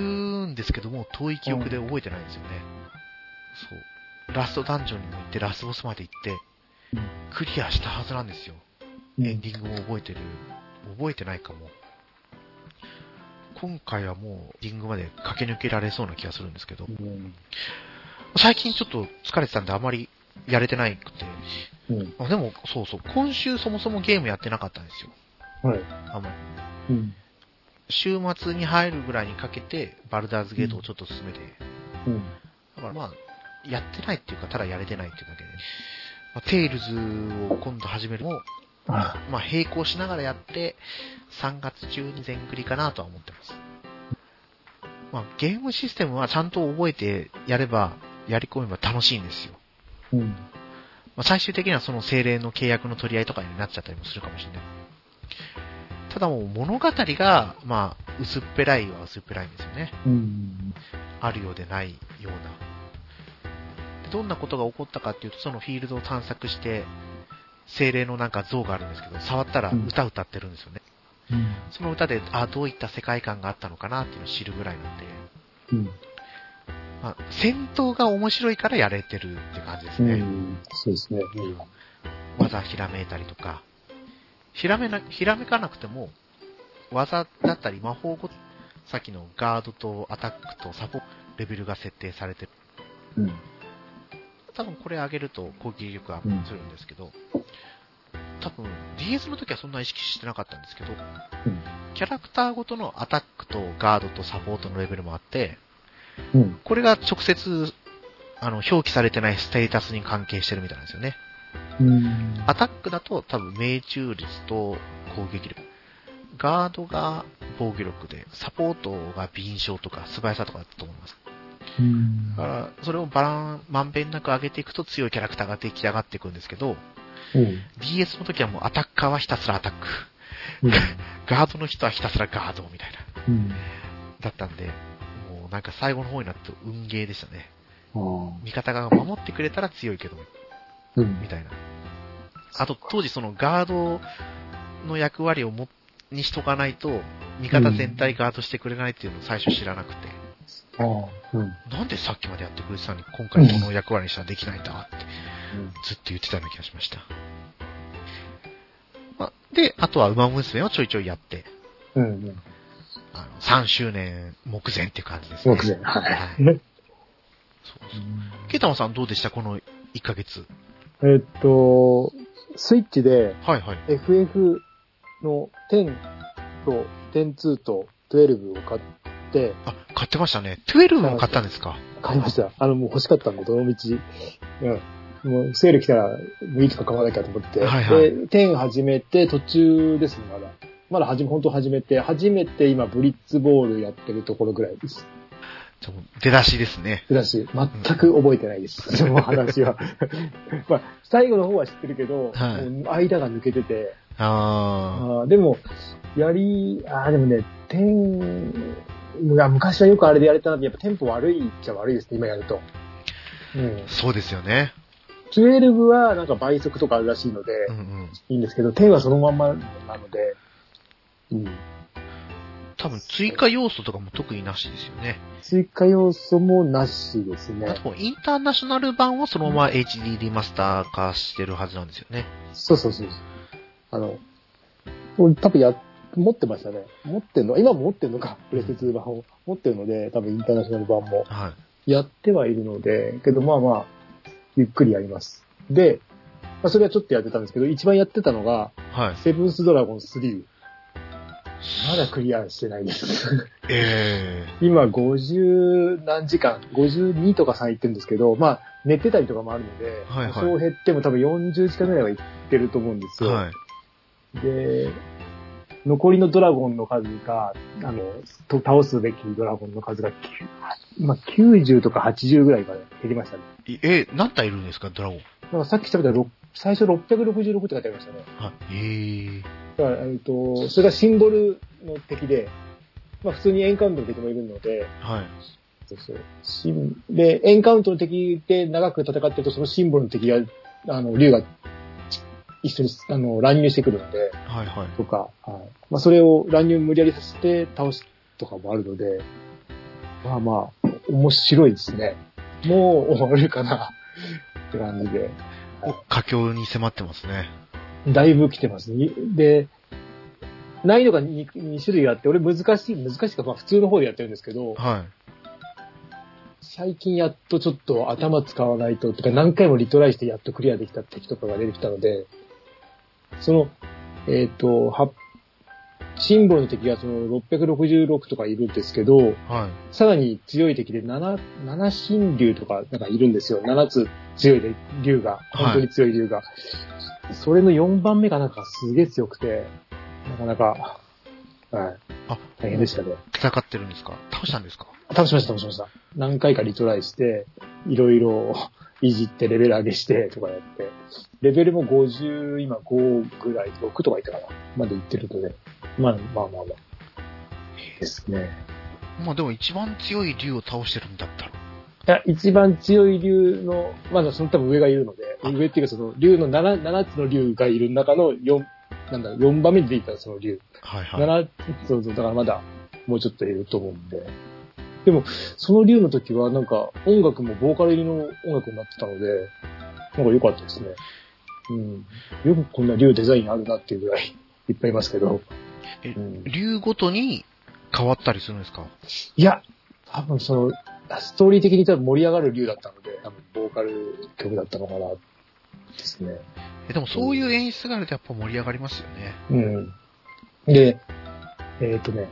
S1: んですけども、遠い記憶で覚えてないんですよね。そう。ラストダンジョンにも行って、ラスボスまで行って
S2: うん、
S1: クリアしたはずなんですよ。
S2: う
S1: エン。ディングも覚えてる。覚えてないかも。今回はもう、エンディングまで駆け抜けられそうな気がするんですけど、
S2: うん。
S1: 最近ちょっと疲れてたんであまりやれてないくて、
S2: うん。
S1: あでも、そうそう、今週そもそもゲームやってなかったんですよ。
S2: はい。
S1: あんまり。
S2: うん。
S1: 週末に入るぐらいにかけて、バルダーズゲートをちょっと進めて、
S2: うん。
S1: だからまあ、やってないっていうか、ただやれてないっていうだけで、まあ、テイルズを今度始めるのも、
S2: あ
S1: まあ、並行しながらやって、3月中に全クリかなとは思ってます。まあ、ゲームシステムはちゃんと覚えてやれば、やり込めば楽しいんですよ。
S2: うん。
S1: まあ、最終的にはその精霊の契約の取り合いとかになっちゃったりもするかもしれない。ただもう物語が、まあ、薄っぺらいは薄っぺらいんですよね。
S2: うん。
S1: あるようでないような。どんなことが起こったかっていうと、そのフィールドを探索して、精霊のなんか像があるんですけど、触ったら
S2: うん
S1: 歌歌ってるんですよね。その歌で、あ、どういった世界観があったのかなっていうのを知るぐらいなんで、
S2: うん。
S1: まあ、戦闘が面白いからやれてるって感じです
S2: う
S1: ね。
S2: ん。そうですね。
S1: 技ひらめいたりとか、ひらめな、ひらめかなくても、技だったり魔法ご、さっきのガードとアタックとサポ、レベルが設定されてる。
S2: うん。
S1: 多分これ上げると攻撃力アップするんですけど、多分 DS の時はそんな意識してなかったんですけど、
S2: うん
S1: キャラクターごとのアタックとガードとサポートのレベルもあって、
S2: うん。
S1: これが直接、あの、表記されてないステータスに関係してるみたいなんですよね。
S2: うん。
S1: アタックだと多分命中率と攻撃力。ガードが防御力で、サポートが敏捷とか素早さとかだったと思います。
S2: うん
S1: だから、それをバラン、まんべんなく上げていくと強いキャラクターが出来上がっていくんですけど、
S2: うん。
S1: DS の時はもうアタッカーはひたすらアタック。ガードの人はひたすらガードみたいな。
S2: うん。
S1: だったんで、もうなんか最後の方になって運ゲーでしたね。
S2: ああ。
S1: 味方が守ってくれたら強いけど、
S2: うん
S1: み。たいな。あと、当時そのガードの役割をも、にしとかないと、味方全体ガードしてくれないっていうのを最初知らなくて、
S2: ああ。うん。
S1: なんでさっきまでやってくれてたのに、今回この役割にしたらできないんだって、ずっと言ってたような気がしました。まあ、で、あとは馬娘をちょいちょいやって、
S2: うん。うん。
S1: あの、3周年目前っていう感じですね。
S2: 目前。は
S1: はいい。。そうそう。ケイタマさんどうでしたこの1ヶ月。
S2: えっと、スイッチで
S1: はいはい。
S2: FF の10と102と12を買って、
S1: あ、買ってましたね。12を買ったんですか
S2: 買いました。あの、もう欲しかったんで、どの道。うん。もう、セール来たら、もういつか買わなきゃと思って。
S1: はいはい
S2: で、10始めて、途中ですね、まだ。まだ始め、本当始めて、初めて今、ブリッツボールやってるところぐらいです。
S1: ちょ出だしですね。
S2: だし、全く覚えてないです。その
S1: [laughs]
S2: 話は。まあ、最後の方は知ってるけど、
S1: はい
S2: もう間が抜けてて、
S1: あ
S2: あーでも、やり、あーでもね、10、が昔はよくあれでやれたなって、やっぱテンポ悪いっちゃ悪いですね、今やると。うん
S1: あ、。そうですよね。
S2: 12はなんか倍速とかあるらしいので、
S1: うんうん。
S2: いいんですけど、10はそのまんまなので、うん。
S1: 多分追加要素とかも特になしですよね。
S2: 追加要素もなしですね
S1: あ。と、インターナショナル版をそのまま HD リマスター化してるはずなんですよね。
S2: そうそうそうそう。あの、俺多分や、持ってましたね。持ってんの今も持ってんのか、プレステ2版を。持ってるので、多分インターナショナル版も。
S1: はい。
S2: やってはいるので、けどまあまあ、ゆっくりやります。で、まあ、それはちょっとやってたんですけど、一番やってたのが、
S1: はい。
S2: セブンスドラゴン3。まだクリアしてないです。 [laughs]
S1: え
S2: 今50何時間、52とか3行ってるんですけど、まあ、寝てたりとかもあるので、
S1: はいはい
S2: 多少減っても多分40時間ぐらいは行ってると思うんです
S1: え
S2: よ。
S1: はい。
S2: で、残りのドラゴンの数が、あの、と倒すべきドラゴンの数が、きゅうまあ、90とか80ぐらいまで減りましたね。
S1: いえー、何体いるんですか、ドラゴン。
S2: なんかさっき喋ったろ最初666って書いてありましたね。
S1: はい。ええ
S2: だから、えっと、それがシンボルの敵で、まあ普通にエンカウントの敵もいるので、
S1: はい。
S2: そうそう。シンで、エンカウントの敵で長く戦ってると、そのシンボルの敵が、あの、竜がち一緒に、あの、乱入してくるので、
S1: はいはい。
S2: とか、はいまあ、それを乱入無理やりさせて倒すとかもあるので、まあまあ、面白いですね。もう終わるかな、って感じで。
S1: お佳境に迫ってますね。
S2: だいぶ来てます。にで、難易度が 2, 2種類あって、俺難しい、難しいか、まあ普通の方でやってるんですけど、
S1: はい。
S2: 最近やっとちょっと頭使わないと、とか何回もリトライしてやっとクリアできた敵とかが出てきたので、その、えっ、と、はシンボルの敵がその666とかいるんですけど、
S1: はい。
S2: さらに強い敵で7、七神竜とかなんかいるんですよ。7つ強い竜が、
S1: はい
S2: 本当に強い竜が。それの4番目がなんかすげえ強くて、なかなか、はい。
S1: あ
S2: 大変でしたね。
S1: 戦ってるんですか倒したんですか
S2: 倒しました、倒しました。何回かリトライして、いろいろいじってレベル上げしてとかやって、レベルも50、今5ぐらい、6とかいったかな、までいってるので、まあまあまあまあ。ですね。
S1: まあでも一番強い竜を倒してるんだったら、
S2: いや、一番強い竜の、まだその多分上がいるので、
S1: あ
S2: 上っていうかその竜の 7, 七つの竜がいる中の4、なんだろう、4番目に出てきたその竜。
S1: はいはい。
S2: 7つ、そうそう、だからまだもうちょっといると思うんで。でも、その竜の時はなんか音楽もボーカル入りの音楽になってたので、なんか良かったですね。うん。よくこんな竜デザインあるなっていうぐらいいっぱいいますけど。
S1: え
S2: うん
S1: 竜ごとに変わったりするんですか
S2: いや、多分その、ストーリー的に多分盛り上がる竜だったので、多分ボーカル曲だったのかな、ですね。
S1: えでもそういう演出があるとやっぱ盛り上がりますよね。
S2: うん。で、えっ、とね、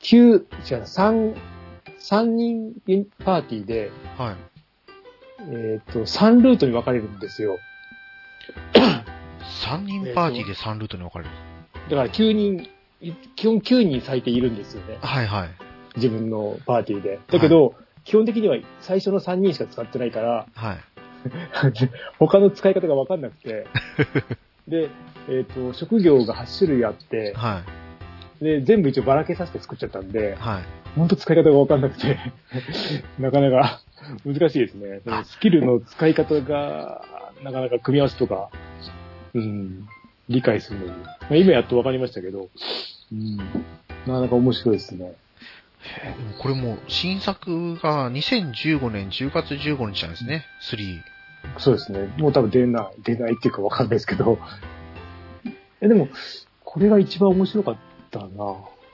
S2: 9、違うな、3、三人パーティーで、
S1: はい。
S2: えっ、と、3ルートに分かれるんですよ。
S1: 3人パーティーで3ルートに分かれる。
S2: だから9人、い基本9人最低いるんですよね。
S1: はいはい。
S2: 自分のパーティーで。だけど、基本的には最初の3人しか使ってないから、
S1: はい。
S2: [laughs] 他の使い方が分かんなくて。で、えっ、と、職業が8種類あって、
S1: は
S2: で、全部一応ばらけさせて作っちゃったんで
S1: い。、はい。
S2: ほんと使い方が分かんなくて、 [laughs] なかなか難しいですね。
S1: あ
S2: スキルの使い方が、なかなか組み合わせとか、うん、理解するのに。まあ、今やっと分かりましたけど、うん、なかなか面白いですね。
S1: でもこれもう新作が2015年10月15日なんですね。3。
S2: そうですね。もう多分出ない、出ないっていうか分かんないですけど。え、でも、これが一番面白かったな。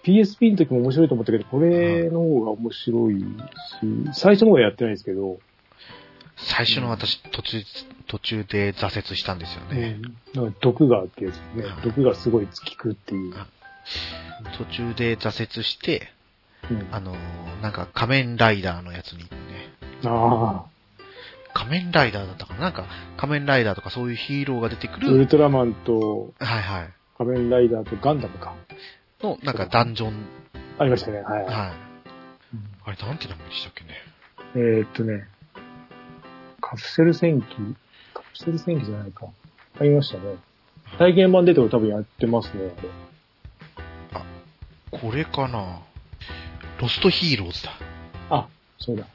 S2: PSP の時も面白いと思ったけど、これの方が面白いし、最初の方はやってないですけど、
S1: 最初の私、途中、途中で挫折したんですよね。
S2: なんか毒があってですね
S1: はい、
S2: 毒がすごい効くっていう。
S1: 途中で挫折して、
S2: うん、
S1: あ
S2: あ
S1: のーなんか仮面ライダーのやつにね、
S2: あ
S1: 仮面ライダーだったかななんか仮面ライダーとかそういうヒーローが出てく
S2: ー、ウ
S1: る、
S2: ルトラマンと
S1: はいはい。
S2: 仮面ライダーとガンダムか。
S1: の、なんかダンジョン、
S2: ありましたね、は
S1: は
S2: い。
S1: い。
S2: うん
S1: あれ、なんて名前でしたっけね。
S2: えーっとね、カプセル戦記カプセル戦記じゃないか。ありましたね。体験版出ても多分やってますね、あれ。
S1: これかなロストヒーローズだ。
S2: あ、そうだ。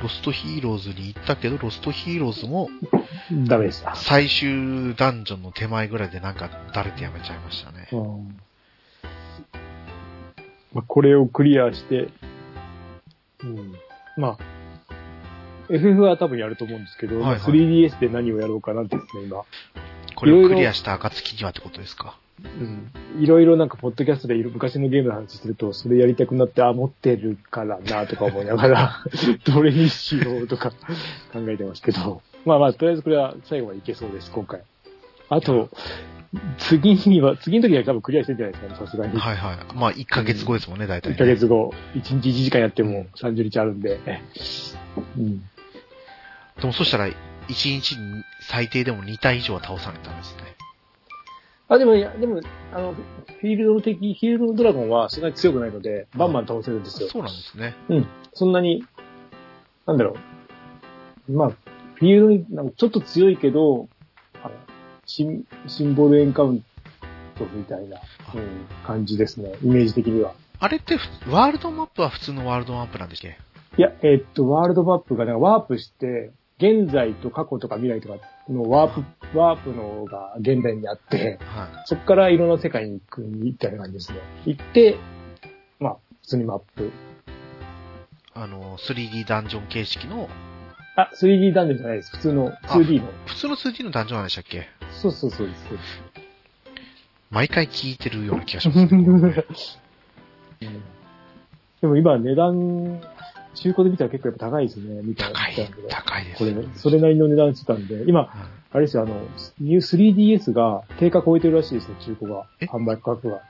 S1: ロストヒーローズに行ったけど、ロストヒーローズも
S2: うんダメでした。
S1: 最終ダンジョンの手前ぐらいでなんかだれてやめちゃいましたね
S2: う。んまあ、これをクリアして、うん、まあ、FF は多分やると思うんですけど、
S1: はいはい
S2: 3DS で何をやろうかなんですね、今。
S1: これをクリアした暁にはってことですか。
S2: うん。いろいろなんか、ポッドキャストでいる昔のゲームの話すると、それやりたくなって、あ、持ってるからな、とか思いながら、 [laughs] どれにしようとか考えてますけど。まあまあ、とりあえずこれは最後はいけそうです、今回。あと、次には、次の時は多分クリアしてるんじゃないですかね、さすがに。
S1: はいはい。まあ、1ヶ月後ですもんね、大体、
S2: 1
S1: ね。
S2: ヶ月後、1日1時間やって
S1: う
S2: も
S1: ん
S2: 30日あるんで。うん。
S1: でもそしたら、1日に最低でも2体以上は倒されたんですね。
S2: あ、でも、いや、でも、あの、フィールドの敵、フィールドのドラゴンはそんなに強くないので、バンバン倒せるんですよ。
S1: そうなんですね。
S2: うん。そんなに、なんだろう。まあ、フィールドに、なんかちょっと強いけど、あのシンシンボルエンカウントみたいな、うん、感じですね。イメージ的には。
S1: あれってふ、ワールドマップは普通のワールドマップなんでしたっけ
S2: いや、えっと、ワールドマップが、なんかワープして、現在と過去とか未来とかのワープ、ワープのが現在にあって、
S1: は
S2: そこからいろんな世界に行くみたいな感じですね。行って、まあ、普通にマップ。
S1: い。あの、3D ダンジョン形式の、
S2: あ、3D ダンジョンじゃないです。普通の 2D の。
S1: 普通の 2D のダンジョンなんでしたっけ
S2: そうそうそうです。
S1: 毎回聞いてるような気
S2: [laughs]
S1: がします、ね。
S2: うんでも今値段、中古で見たら結構やっぱ高いですね、みたいな。
S1: 高い、高いです
S2: こ
S1: よ
S2: れね、それなりの値段してたんで、今、
S1: はい
S2: あれですよ、あの、ニュー 3DS が定価超えてるらしいですね、中古が
S1: え。
S2: 販売価格が。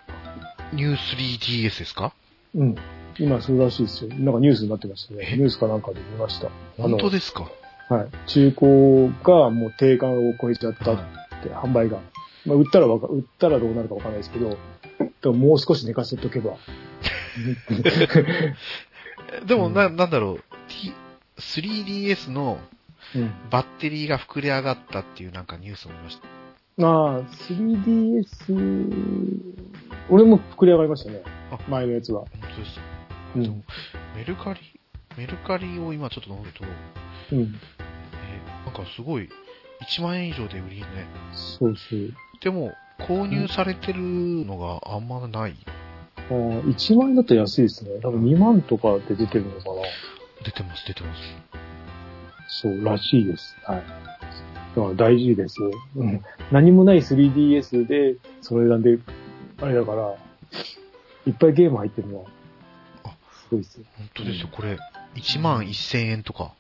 S1: ニュー 3DS ですか
S2: うん。今、そうらしいですよ。なんかニュースになってました
S1: え
S2: ね。ニュースかなんかで見ました。あ
S1: 本
S2: の、
S1: 当ですか
S2: はい。中古がもう定価を超えちゃったって、販売が。まあ、売ったらわか、売ったらどうなるかわかんないですけど、でももう少し寝かせ
S1: [laughs]
S2: とけば。
S1: えでも、
S2: うん
S1: な、なんだろう、T、3DS の
S2: うん
S1: バッテリーが膨れ上がったっていうなんかニュースを見ました。
S2: ああ、3DS、俺も膨れ上がりましたね
S1: あ。
S2: 前のやつは。
S1: 本当です。
S2: う
S1: でも
S2: ん。
S1: メルカリメルカリを今ちょっと飲むと、
S2: うん。
S1: えーなんかすごい、1万円以上で売りね。
S2: そうそう。
S1: でも、購入されてるのがあんまない。
S2: ああ、1万円だったら安いですね。多分2万とかで出てるのかな。
S1: 出てます、出てます。
S2: そう、らしいです。はい。だから大事ですよ。うん。何もない 3DS で、その値段で、あれだから、いっぱいゲーム入ってるのは
S1: あ、
S2: すごいですよ。
S1: 本当ですよ、これ。1万1000円とか。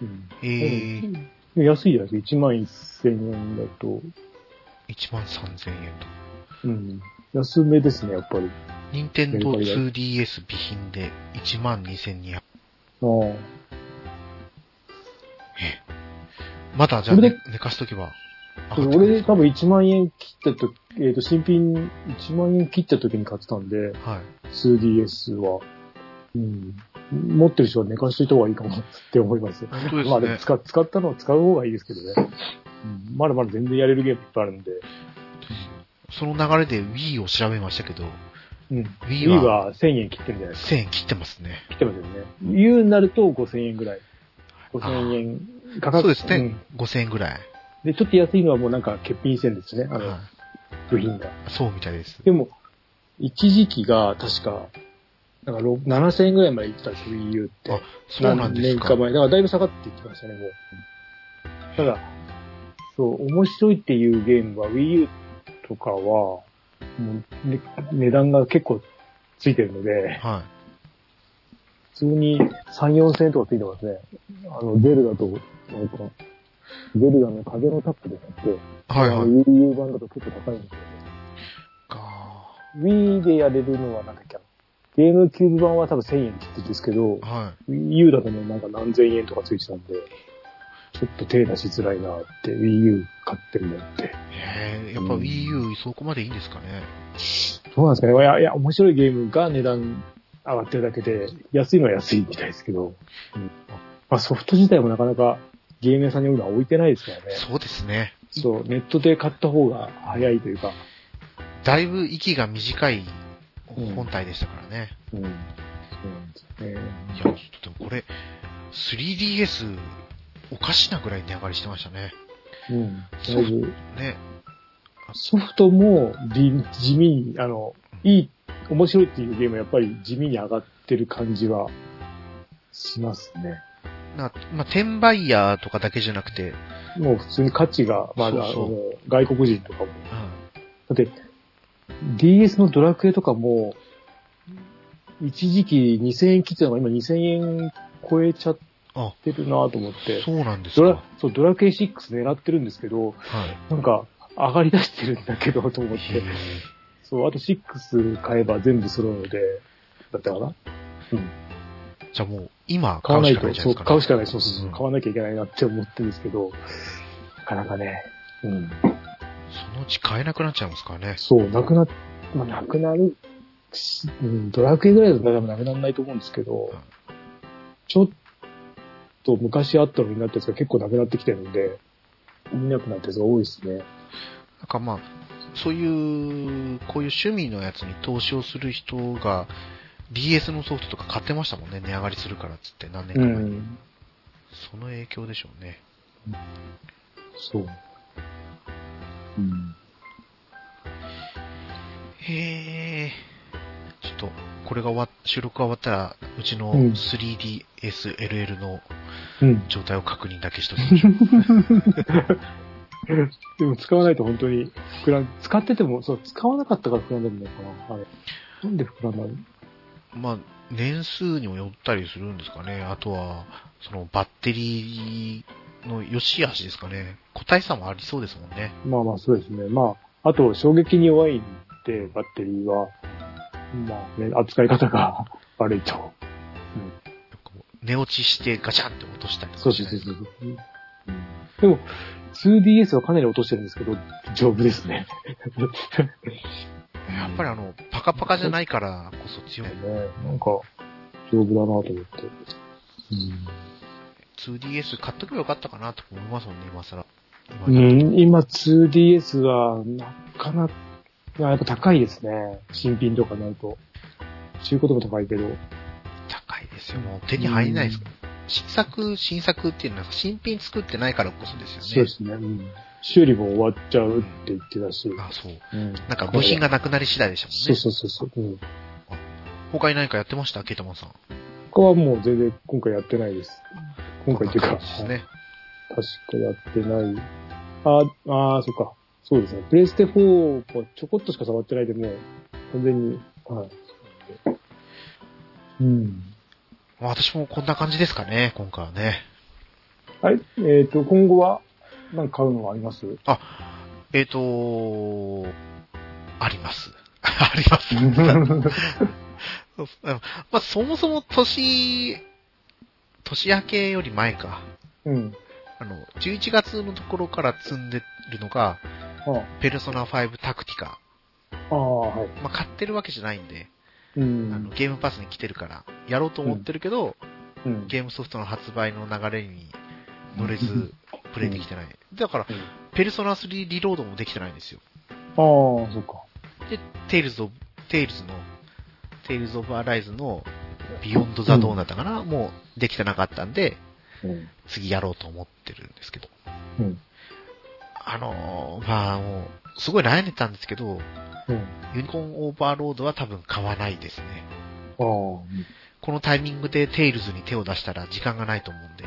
S2: うん。
S1: えー、
S2: うん安いじゃないですか。1万1000円だと。
S1: 1万3000円とか。
S2: うん。安めですね、やっぱり。
S1: 任天堂 2DS 備品で1万2200円。
S2: ああ。
S1: まだじゃあ
S2: それ
S1: 寝
S2: で
S1: 寝かしとけば。上がってくるんで
S2: 俺
S1: すか
S2: 多分1万円切ったとき、えっ、と、新品1万円切った時に買ってたん
S1: はい。
S2: で、2DS は。うん。持ってる人は寝かしといた方がいいかもって思います。
S1: 本当ですね。
S2: まあでも使使ったのは使う方がいいですけどね。うんまだまだ全然やれるゲームいっぱいあるんで。
S1: その流れで Wii を調べましたけど、
S2: うん。
S1: Wii
S2: Wii
S1: は
S2: は1000円切ってるんじゃないですか。
S1: 1000円切ってますね。
S2: 切ってますよね。U になると5000円ぐらい。5000円価格。
S1: そうですね。
S2: ん
S1: 5000円ぐらい。
S2: で、ちょっと安いのはもうなんか欠品してるんですね。あ
S1: は
S2: の
S1: い、
S2: 部品が。
S1: そうみたいです。
S2: でも、一時期が確か、なんかろ7000円ぐらいまでいったんですよ、Wii U って。
S1: あそうなんですか。
S2: 何年か前。だからだいぶ下がっていきましたね、もう。ただ、そう、面白いっていうゲームは Wii U とかは、もうね値段が結構ついてるので、
S1: は
S2: 普通に3、4千円とかついてますね。あの、ゼルダと、なんか、ゼルダの風のタップで買って、
S1: い。はい
S2: あ
S1: は
S2: の
S1: い。
S2: Wii U 版だと結構高いんですよね。
S1: か
S2: Wii でやれるのはなんだっけなゲームキューブ版は多分1000円切ってるんですけど、
S1: は
S2: Wii U だともうなんか何千円とかついてたんで、ちょっと手出しづらいなって、Wii U 買ってるのって。
S1: い。へえ、やっぱ
S2: うん
S1: Wii U そこまでいいんですかね。
S2: どうなんですかねいや、いや、面白いゲームが値段上がってるだけで、安いのは安いみたいですけど、うんまあ、ソフト自体もなかなかゲーム屋さんに今置いてないですからね。
S1: そうですね。
S2: そう、ネットで買った方が早いというか、
S1: だいぶ息が短い
S2: うん
S1: 本体でしたからね。
S2: うん。そうなんですよね。
S1: いや、ちょっとでもこれ、3DS おかしなぐらい値上がりしてましたね。
S2: うん。だいぶ
S1: ね。
S2: ソフトもび地味に、あの、いい、面白いっていうゲームはやっぱり地味に上がってる感じはしますね。
S1: なまあ、転売ヤーとかだけじゃなくて、
S2: もう普通に価値が、まあ、
S1: そうそう
S2: あの外国人とかも。
S1: うん
S2: だって、DS のドラクエとかも、一時期2000円切ってたのが今2000円超えちゃってるなと思って。
S1: そうなんです
S2: ド
S1: か
S2: ラ。そう、ドラクエ6狙ってるんですけど、
S1: はい。
S2: なんか上がり出してるんだけどと思
S1: へ
S2: って。
S1: え
S2: そう、あと6買えば全部揃うので、だったかな
S1: じゃあもう、今
S2: 買
S1: 買
S2: わ
S1: う
S2: な
S1: し
S2: い
S1: かない
S2: と、
S1: じゃない
S2: そ
S1: です
S2: う、
S1: か、ね。
S2: 買うしかない、そうそうそうう、
S1: ん
S2: 買わなきゃいけないなって思ってるんですけど、なかなかね、うん。
S1: そのうち買えなくなっちゃいますからね。
S2: そう、なくな、まあ、なくなるし、うん、ドラクエぐらいだと多分なくならないと思うんですけど
S1: うん、
S2: ちょっと昔あったのになったやつが結構なくなってきてるんで、見なくなったやつが多いですね。
S1: なんかまあ、そういう、こういう趣味のやつに投資をする人が、DS のソフトとか買ってましたもんね、値上がりするからっつって、何年
S2: う
S1: か前に。
S2: ん。
S1: その影響でしょうね。
S2: そう。うん。
S1: へえ。ちょっと、これが終わっ、収録が終わったら、うちの
S2: うん
S1: 3DSLL の
S2: うん。
S1: 状態を確認だけしとき
S2: [laughs]
S1: ましょう。
S2: でも使わないと本当に膨らん、使ってても、そう、使わなかったから膨らんでるのかな。あれ。なんで膨らんだの
S1: まあ、年数にもよったりするんですかね。あとは、そのバッテリーの良し悪しですかね。個体差もありそうですもんね。
S2: まあまあそうですね。まあ、あと衝撃に弱いんで、バッテリーは、まあね、扱い方が [laughs] 悪いと。
S1: こう寝落ちしてガチャンって落としたりとか。
S2: そうそうそうそう。うんでも、2DS はかなり落としてるんですけど、丈夫ですね。
S1: やっぱりあの、パカパカじゃないからこそ強い。
S2: ね、なんか、丈夫だなと思って。うん
S1: 2DS 買っとけばよかったかなと思いますもんね、今更。
S2: う
S1: 今
S2: ん、今 2DS はなかなか、やっぱ高いですね。新品とかないと。中古でも高いけど。
S1: 高いでですよ。もう手に入らないです。新作、新作っていうのは、新品作ってないからこそですよね。
S2: そうですね。うん修理も終わっちゃうって言ってたし。
S1: あ、そう。
S2: うん
S1: なんか部品がなくなり次第でしたもんね。
S2: そうそうそうそう。うん。
S1: 他に何かやってましたケイタマンさん。
S2: 他はもう全然今回やってないです。今回っていう
S1: こん
S2: か、
S1: な感じですね。
S2: 確かやってない。あ、ああ、そっか。そうですね。プレイステ4はちょこっとしか触ってないで、もう完全に、はい。うん。
S1: まあ私もこんな感じですかね、今回はね。
S2: あれえっ、と、今後は、なんか買うのはあ
S1: [laughs]
S2: ります
S1: えっ、とーあります。 [laughs] あり
S2: [laughs]
S1: ます。そうそうまあ、そもそも年、年明けより前か。
S2: うん。
S1: あの、11月のところから積んでるのが、
S2: あ
S1: ペルソナ5タクティカ。
S2: あ、ああはい。
S1: まあ、買ってるわけじゃないんで、
S2: う
S1: あ
S2: ん。
S1: の、ゲームパスに来てるから、やろうと思ってるけど、
S2: うん、
S1: ゲームソフトの発売の流れに乗れ
S2: う
S1: ず
S2: ん、
S1: プレイできてない。だから、
S2: うん
S1: ペルソナ3リロードもできてないんですよ。
S2: ああ、そっか。
S1: で、テイルズ・オブ、テイルズの、テイルズ・オブ・アライズの、ビヨンド・ザ・ドーンだったかな、もうできてなかったんで、
S2: うん。
S1: 次やろうと思ってるんですけど。
S2: うん。
S1: あのーまあもう、すごい悩んでたんですけど、
S2: うん。
S1: ユニコーンオーバーロードは多分買わないですね。
S2: ああ、
S1: このタイミングでテイルズに手を出したら時間がないと思うんで。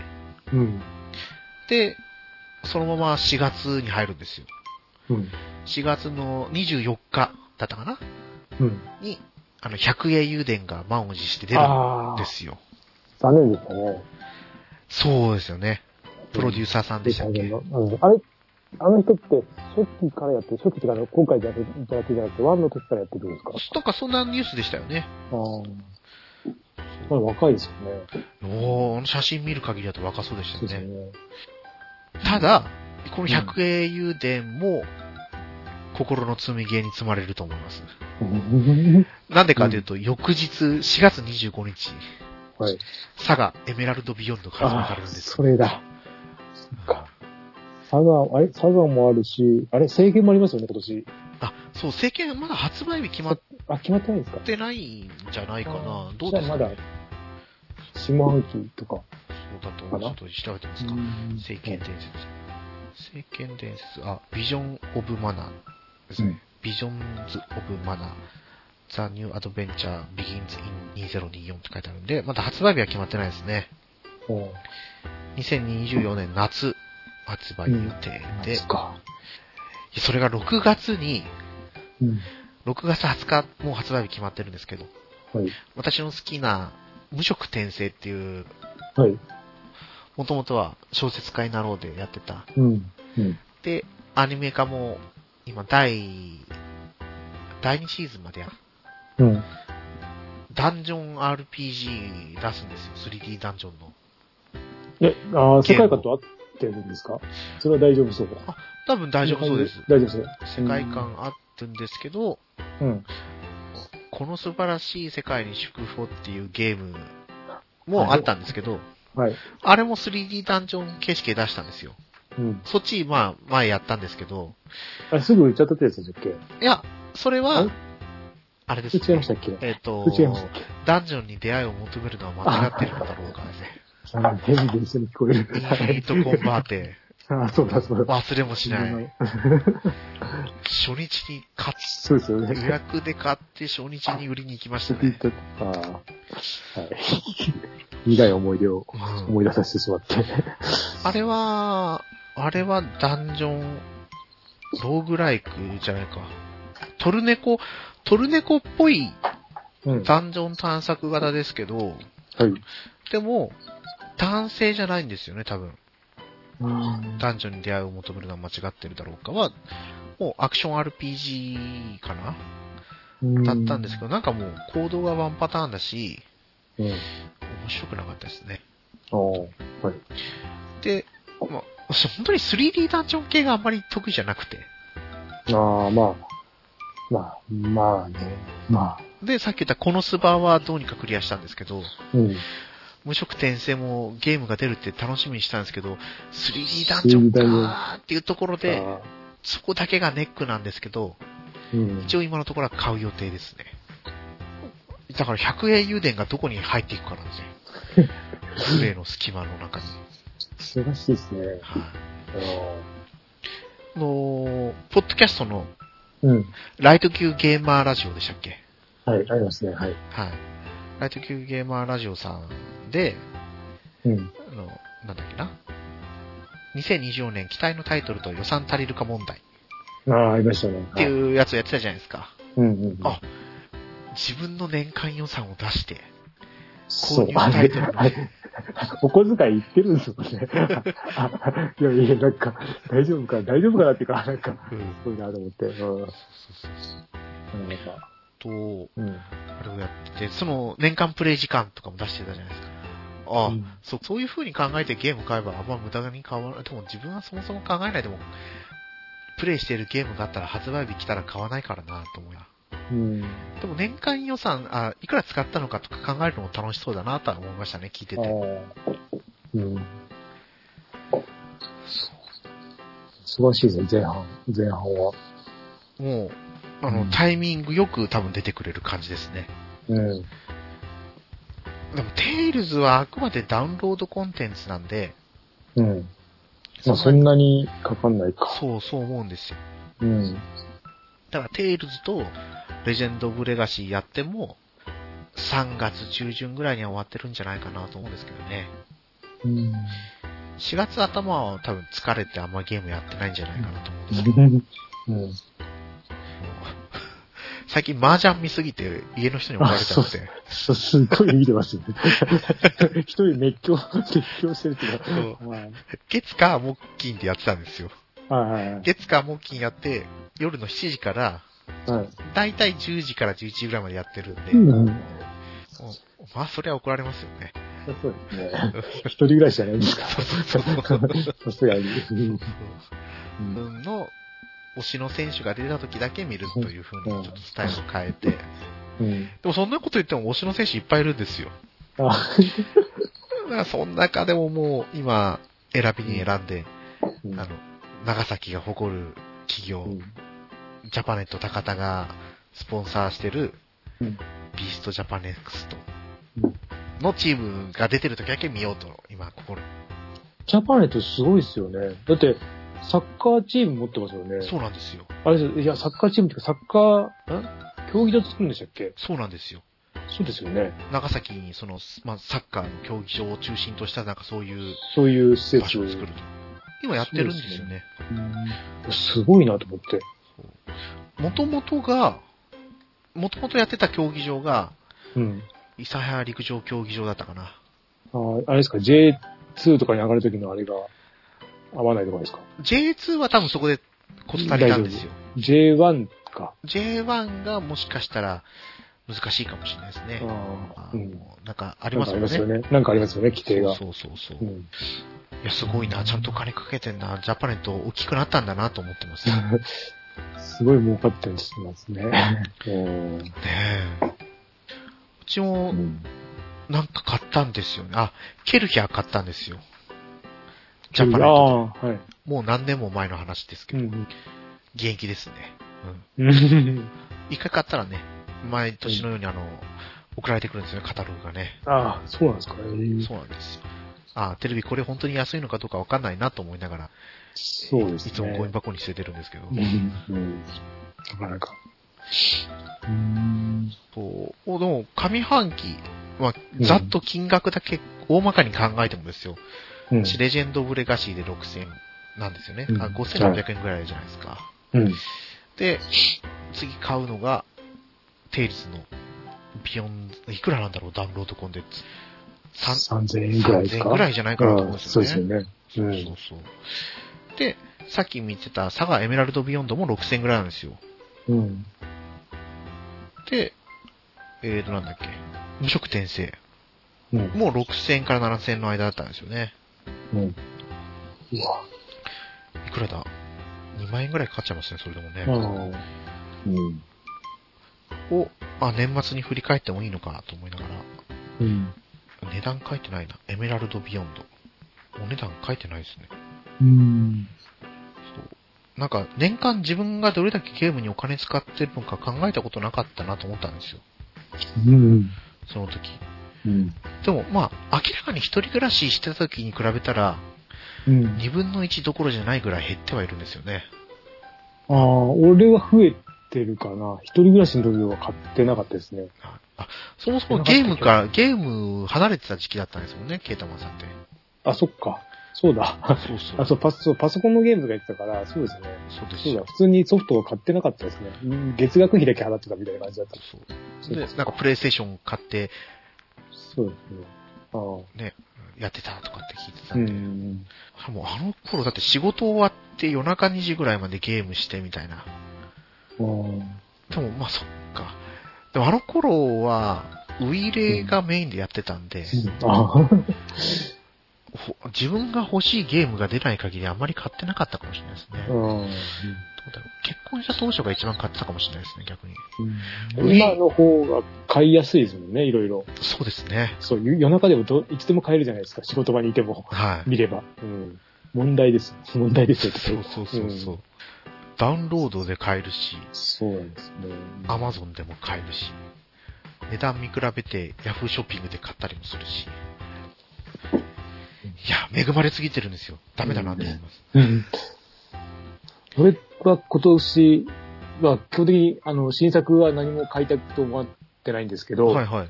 S2: うん。
S1: で、そのまま4月に入るんですよ。
S2: うん。
S1: 4月の24日だったかな
S2: うん。
S1: に、あの、百英雄伝が満を持して出るん
S2: ああ
S1: で、すよ。
S2: 残念でしたね。
S1: そうですよね。プロデューサーさんでしたっけ、
S2: うんあれ、あの人って、初期からやってる、初期っていうかあの今回じゃなくて、じゃなくて、ワンの時からやってるんですか
S1: なんかそんなニュースでしたよね。
S2: ああ。まだ若いですよね。
S1: おーあの写真見る限りだと若そうでした
S2: そう
S1: よ
S2: ですよ
S1: ね。
S2: ね。
S1: ただ、この百英雄伝も、心の積み毛に積まれると思います。
S2: うん
S1: なんでかというと、翌日、4月25日、
S2: [laughs] はい。
S1: 佐賀エメラルドビヨンドから始まるんです
S2: それだ。そっか。サガ、あれサガもあるし、あれ制限もありますよね、今年。
S1: あ、そう、政権まだ発売日決まっ
S2: あ、決まってないんですか
S1: てないんじゃないかな
S2: あ。ー
S1: どうですか、
S2: じゃあま
S1: ね
S2: だ、下半期とか。
S1: そうだと思う。ちょっと調べてみますか。聖剣伝説。聖剣伝説、あ、ビジョン・オブ・マナーですね。
S2: うん
S1: ビジョンズ・オブ・マナー。ザ・ニュー・アドベンチャー・ビギンズ・イン2024って書いてあるんで、まだ発売日は決まってないですね。
S2: うん。
S1: 2024年夏発売予定で、い
S2: そっか。
S1: やそれが6月に、
S2: うん。
S1: 6月20日、もう発売日決まってるんですけど、
S2: はい。
S1: 私の好きな、無色転生っていう、
S2: はい。
S1: もともとは小説家になろうでやってた。
S2: うん。うん。
S1: で、アニメ化も、今、第、第2シーズンまでや、
S2: うん。
S1: ダンジョン RPG 出すんですよ。3D ダンジョンの。
S2: え、ああ、
S1: ゲ
S2: 世
S1: ーム
S2: 界観と合ってるんですかそれは大丈夫そうか。
S1: 多分大丈夫そうです。
S2: 大丈夫そう。
S1: 世界観あってんですけど、
S2: うん。
S1: この素晴らしい世界に祝福をっていうゲームもあったんですけど、
S2: はい。
S1: あれも 3D ダンジョン形式で出したんですよ。
S2: うん。
S1: そっち、まあ、前やったんですけど、
S2: あ、すぐ売っちゃったってやつでしたっけ
S1: いや、それは
S2: え、
S1: あれです、
S2: それ違いましたっけ
S1: えっ、と
S2: それ違いましたっ、
S1: ダンジョンに出会いを求めるのは間違ってるのだろうかね。
S2: ああ、変に一緒に聞
S1: [laughs]
S2: こえる。は
S1: イ
S2: い
S1: ートコンバーテ、
S2: ああ、そうだ、そうだ。
S1: 忘れもしない。初日に買っ
S2: そうですよね。
S1: 予約で買って初日に売りに行きましたね。
S2: ああ、はい。苦い思い出を
S1: うん
S2: 思い出させてしまって。
S1: あれは、あれはダンジョン、ローグライクじゃないか。トルネコ、トルネコっぽい
S2: うんは
S1: ダンジョン探索型ですけど、
S2: い。
S1: でも、男性じゃないんですよね、多分。
S2: うん
S1: 男女に出会いを求めるのは間違ってるだろうかは、もうアクション RPG かなだったんですけど、なんかもう行動がワンパターンだし、
S2: うん。
S1: 面白くなかったですね。
S2: ああ、はい。
S1: で、まあ、私本当に 3D ダンジョン系があんまり得意じゃなくて。
S2: ああ、まあ。まあ、まあね。まあ。
S1: で、さっき言ったこのスバはどうにかクリアしたんですけど、
S2: うん。
S1: 無色転生もゲームが出るって楽しみにしたんですけど、3D ダンジョン
S2: 3D ダンジョン
S1: かーっていうところで、
S2: ああ
S1: そこだけがネックなんですけど、
S2: うん。
S1: 一応今のところは買う予定ですね。だから100英雄伝がどこに入っていくかなんですよ。 [laughs] グレーの隙間の中に。
S2: 忙しいですね。
S1: はい
S2: あー
S1: あのーポッドキャストの
S2: うん。
S1: ライト級ゲーマーラジオでしたっけ
S2: はい、ありますね。はい。
S1: はい。ライト級ゲーマーラジオさんで、
S2: うん。
S1: あの、なんだっけな。2024年期待のタイトルと予算足りるか問題っ
S2: ああ、ありましたね。
S1: て
S2: う。
S1: いうやつをやってたじゃないですか。
S2: うんうん。
S1: あ自分の年間予算を出して、
S2: そう
S1: 購入、
S2: あ
S1: タイ
S2: れ
S1: トル、
S2: あれ、 [laughs] お小遣いいってるんですよね。 [laughs] あいやいや、なんか、大丈夫か、大丈夫かなっていうか、なんか、
S1: うん
S2: すごいなと思って。うん。なんか、
S1: と、
S2: うん。
S1: あれをやってて、その年間プレイ時間とかも出してたじゃないですか。ああ、
S2: うん
S1: そうそういう風に考えてゲーム買えばあんま無駄に変わらない。でも自分はそもそも考えないでも、プレイしてるゲームがあったら発売日来たら買わないからなと思いな。
S2: うん。
S1: でも年間予算、あ、いくら使ったのかとか考えるのも楽しそうだなとは思いましたね、聞いて
S2: あ
S1: て。
S2: あ。うん。素晴らしいですね、前半。前半は。
S1: もう、あの、
S2: うん
S1: タイミングよく多分出てくれる感じですね。
S2: うん。
S1: でも、テイルズはあくまでダウンロードコンテンツなんで、
S2: うん。まあ、そんなにかかんないか。
S1: そう、そう思うんですよ。
S2: うん。
S1: だから、テイルズとレジェンド・オブ・レガシーやっても、3月中旬ぐらいには終わってるんじゃないかなと思うんですけどね。
S2: うん。
S1: 4月頭は多分疲れてあんまゲームやってないんじゃないかなと思うんですけど。
S2: うん。
S1: 最近麻雀見すぎて家の人に怒られちゃ
S2: あ
S1: っ
S2: そ
S1: て。
S2: そうすっごい見て [laughs] ますよね。一人熱狂、熱狂してるっていうか。はい
S1: 月か木金でやってたんですよ。
S2: はいはい
S1: 月か木金やって、夜の7時から、
S2: はい。
S1: だいたい10時から11時ぐらいまでやってるんで、
S2: うん。
S1: まあそりゃ怒られますよ
S2: [laughs]
S1: ね。
S2: そうですね。 [laughs] 一人ぐらいじゃないんですか。
S1: そうそうそう
S2: さすがに。うん
S1: 自分の推しの選手が出た時だけ見るという風にちょっとスタイルを変えて、で
S2: うん。
S1: もそんなこと言っても推しの選手いっぱいいるんですよ。
S2: あ、
S1: だからその中でももう今、選びに選んで、
S2: うん
S1: あの、長崎が誇る企業、
S2: うん
S1: ジャパネット高田がスポンサーしてる、
S2: うん
S1: ビーストジャパネックスト
S2: うん
S1: のチームが出てる時だけ見ようと、今、心。
S2: ジャパネットすごいですよね。だって、サッカーチーム持ってますよね。
S1: そうなんですよ。
S2: あれですよいや、サッカーチームっていうか、サッカー、ん競技場作るんでしたっけ
S1: そうなんですよ。
S2: そうですよね。
S1: 長崎に、その、まあ、サッカーの競技場を中心とした、なんかそういう
S2: そういう施
S1: 場
S2: 設
S1: 所
S2: を
S1: を作ると。今やってるんですよね。
S2: うんすごいなと思って。
S1: もともとが、もともとやってた競技場が、
S2: うん。
S1: 諫早陸上競技場だったかな。
S2: あーあれですか、J2 とかに上がるときのあれが合わないとかですか
S1: J2 は多分そこでこと足りたんですよ。
S2: ?J1 か。
S1: J1 がもしかしたら難しいかもしれないですね。
S2: あ
S1: あ
S2: ーう
S1: の
S2: ん。
S1: なんかあり
S2: なん
S1: ま
S2: か
S1: す
S2: あ
S1: よ
S2: り
S1: ね。そ
S2: ますよ
S1: う
S2: ね。なんかありますよね、規定が。
S1: そうそうそうう。
S2: ん、 [laughs]
S1: いや、すごいな。ちゃんと金かけてんな。ジャパネット大きくなったんだなと思って
S2: [laughs]
S1: ます。ね
S2: すごい儲かったりしてますね。
S1: [laughs]
S2: うん
S1: え。うち
S2: う
S1: も
S2: ん
S1: なんか買ったんですよね。あ、ケルヒャー買ったんですよ。ジ
S2: あ
S1: ャパネット
S2: あ、はい。
S1: で。もう何年も前の話ですけ
S2: う
S1: ど、
S2: ん
S1: 現役ですね。うん。
S2: うん。
S1: 一回買ったらね、毎年のようにあの、送られてくるんですよね、カタログがね。
S2: ああ、そうなんですか。うん
S1: そうなんですよ。あ、テレビこれ本当に安いのかどうかわかんないなと思いながら、
S2: そうです
S1: いつもゴミ
S2: ね。
S1: 箱に捨ててるんですけど、
S2: うんうんなかなか。うん。
S1: そうおでも上半期、まあ
S2: う、ん
S1: ざっと金額だけ大まかに考えてもですよ、
S2: うん
S1: レジェンド・オブ・レガシーで6000なんですよね。
S2: うん
S1: あ5600円ぐらいじゃないですか。
S2: うん。
S1: で、次買うのが、テイルズのビヨンズ、いくらなんだろう、ダウンロードコンテンツ。さん
S2: 3000円ぐらいです
S1: 3000
S2: か
S1: 円ぐらいじゃないかなと思うん
S2: う
S1: で
S2: ん
S1: す
S2: そ
S1: よ
S2: う
S1: ね。
S2: ですよね。う
S1: そうそ
S2: ん
S1: うそう。で、さっき見てた佐賀エメラルドビヨンドも6000円ぐらいなんですよ。
S2: うん。
S1: で、えーと、なんだっけ、無色転生。
S2: うん。
S1: もう6000円から7000円の間だったんですよね。
S2: うん。いや、
S1: いくらだ ?2 万円ぐらいかかっちゃいますね、それでも
S2: あ
S1: ね。
S2: の、うん。
S1: を、あ、年末に振り返ってもいいのかなと思いながら。
S2: うん。
S1: 値段書いてないな。エメラルドビヨンド。お値段書いてないですね。
S2: うん。
S1: そう。なんか、年間自分がどれだけゲームにお金使ってるのか考えたことなかったなと思ったんですよ。
S2: うん。
S1: その時。
S2: うん。
S1: でも、まあ、明らかに一人暮らししてた時に比べたら、
S2: うん。
S1: 2分の1どころじゃないぐらい減ってはいるんですよね。
S2: ああ、俺は増えてるかな。一人暮らしの時は買ってなかったですね。
S1: あそもそもゲームから、ゲーム離れてた時期だったんですもんね、ケータマンさんって。
S2: あ、そっか。そうだ。
S1: そうそう。
S2: あ、そう、パソそうパソコンのゲームとかやってたから、そうですね。
S1: そうです
S2: そうだ。
S1: よ。
S2: 普通にソフトを買ってなかったですね。うん月額費だけ払ってたみたいな感じだった。
S1: そう
S2: そう
S1: で
S2: です、
S1: なんかプレイステーション買って
S2: そうですね。ああ。
S1: やってたとかって聞いてた
S2: うん
S1: で、
S2: ん。
S1: もうあの頃だって仕事終わって夜中2時ぐらいまでゲームしてみたいな。
S2: あ
S1: でもまあそっか。でもあの頃は、ウイレがメインでやってたんで、
S2: あ。
S1: ほ自分が欲しいゲームが出ない限りあんまり買ってなかったかもしれないですね。
S2: う。
S1: どうんだろう結婚した当初が一番買ってたかもしれないですね、逆に。うん
S2: 今の方が買いやすいですもんね、いろいろ。
S1: そうですね。
S2: そう、夜夜中でもどいつでも買えるじゃないですか、仕事場にいても。
S1: はい。
S2: 見れば。うん。問題です。問題ですよ、
S1: そうそうそうそう、
S2: う
S1: ダウンロードで買えるし、
S2: そうなんですね。
S1: アマゾンでも買えるし、値段見比べて Yahoo ショッピングで買ったりもするし、いや、恵まれすぎてるんですよ。ダメだなと思います。
S2: うん。俺は今年は基本的にあの新作は何も買いたくと思ってないんですけど、
S1: はいはい。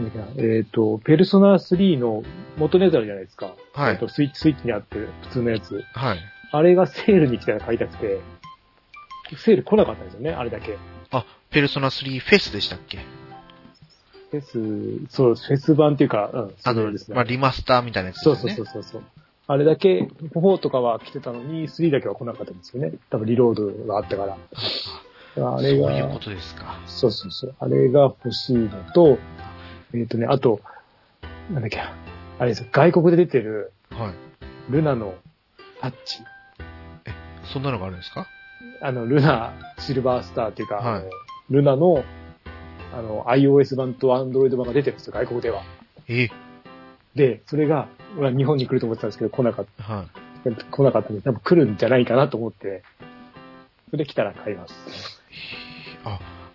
S2: なんだっけなえっ、と、ペルソナ3の元ネタあるじゃないですか。
S1: はい
S2: えーとスイッチ、スイッチにあって普通のやつ。
S1: はい。
S2: あれがセールに来たら買いたくて、セール来なかったんですよね、あれだけ。
S1: あ、ペルソナ3フェスでしたっけ
S2: フェス、そう、フェス版っていうか、うん、
S1: あ
S2: そ
S1: の、
S2: うですね
S1: まあ、リマスターみたいなやつです
S2: そ
S1: よ
S2: う
S1: ね。
S2: そうそうそうそう。あれだけ、4とかは来てたのに、3だけは来なかったんですよね。多分リロードがあったから。あれ
S1: そういうこ
S2: が、
S1: とですか。
S2: そうそうそう。あれが欲しいのと、えっ、とね、あと、なんだっけな、あれですよ外国で出てる、
S1: はい。
S2: ルナのタッチ。
S1: そんなのがあるんですか
S2: あの、ルナシルバースターっていうか、
S1: はい
S2: あのルナの、あの、iOS 版と Android 版が出てるんですよ、外国では。
S1: え
S2: で、それが、俺は日本に来ると思ってたんですけど、来なかっ
S1: はい。
S2: た、来なかったんで、多分来るんじゃないかなと思って、それで来たら買います。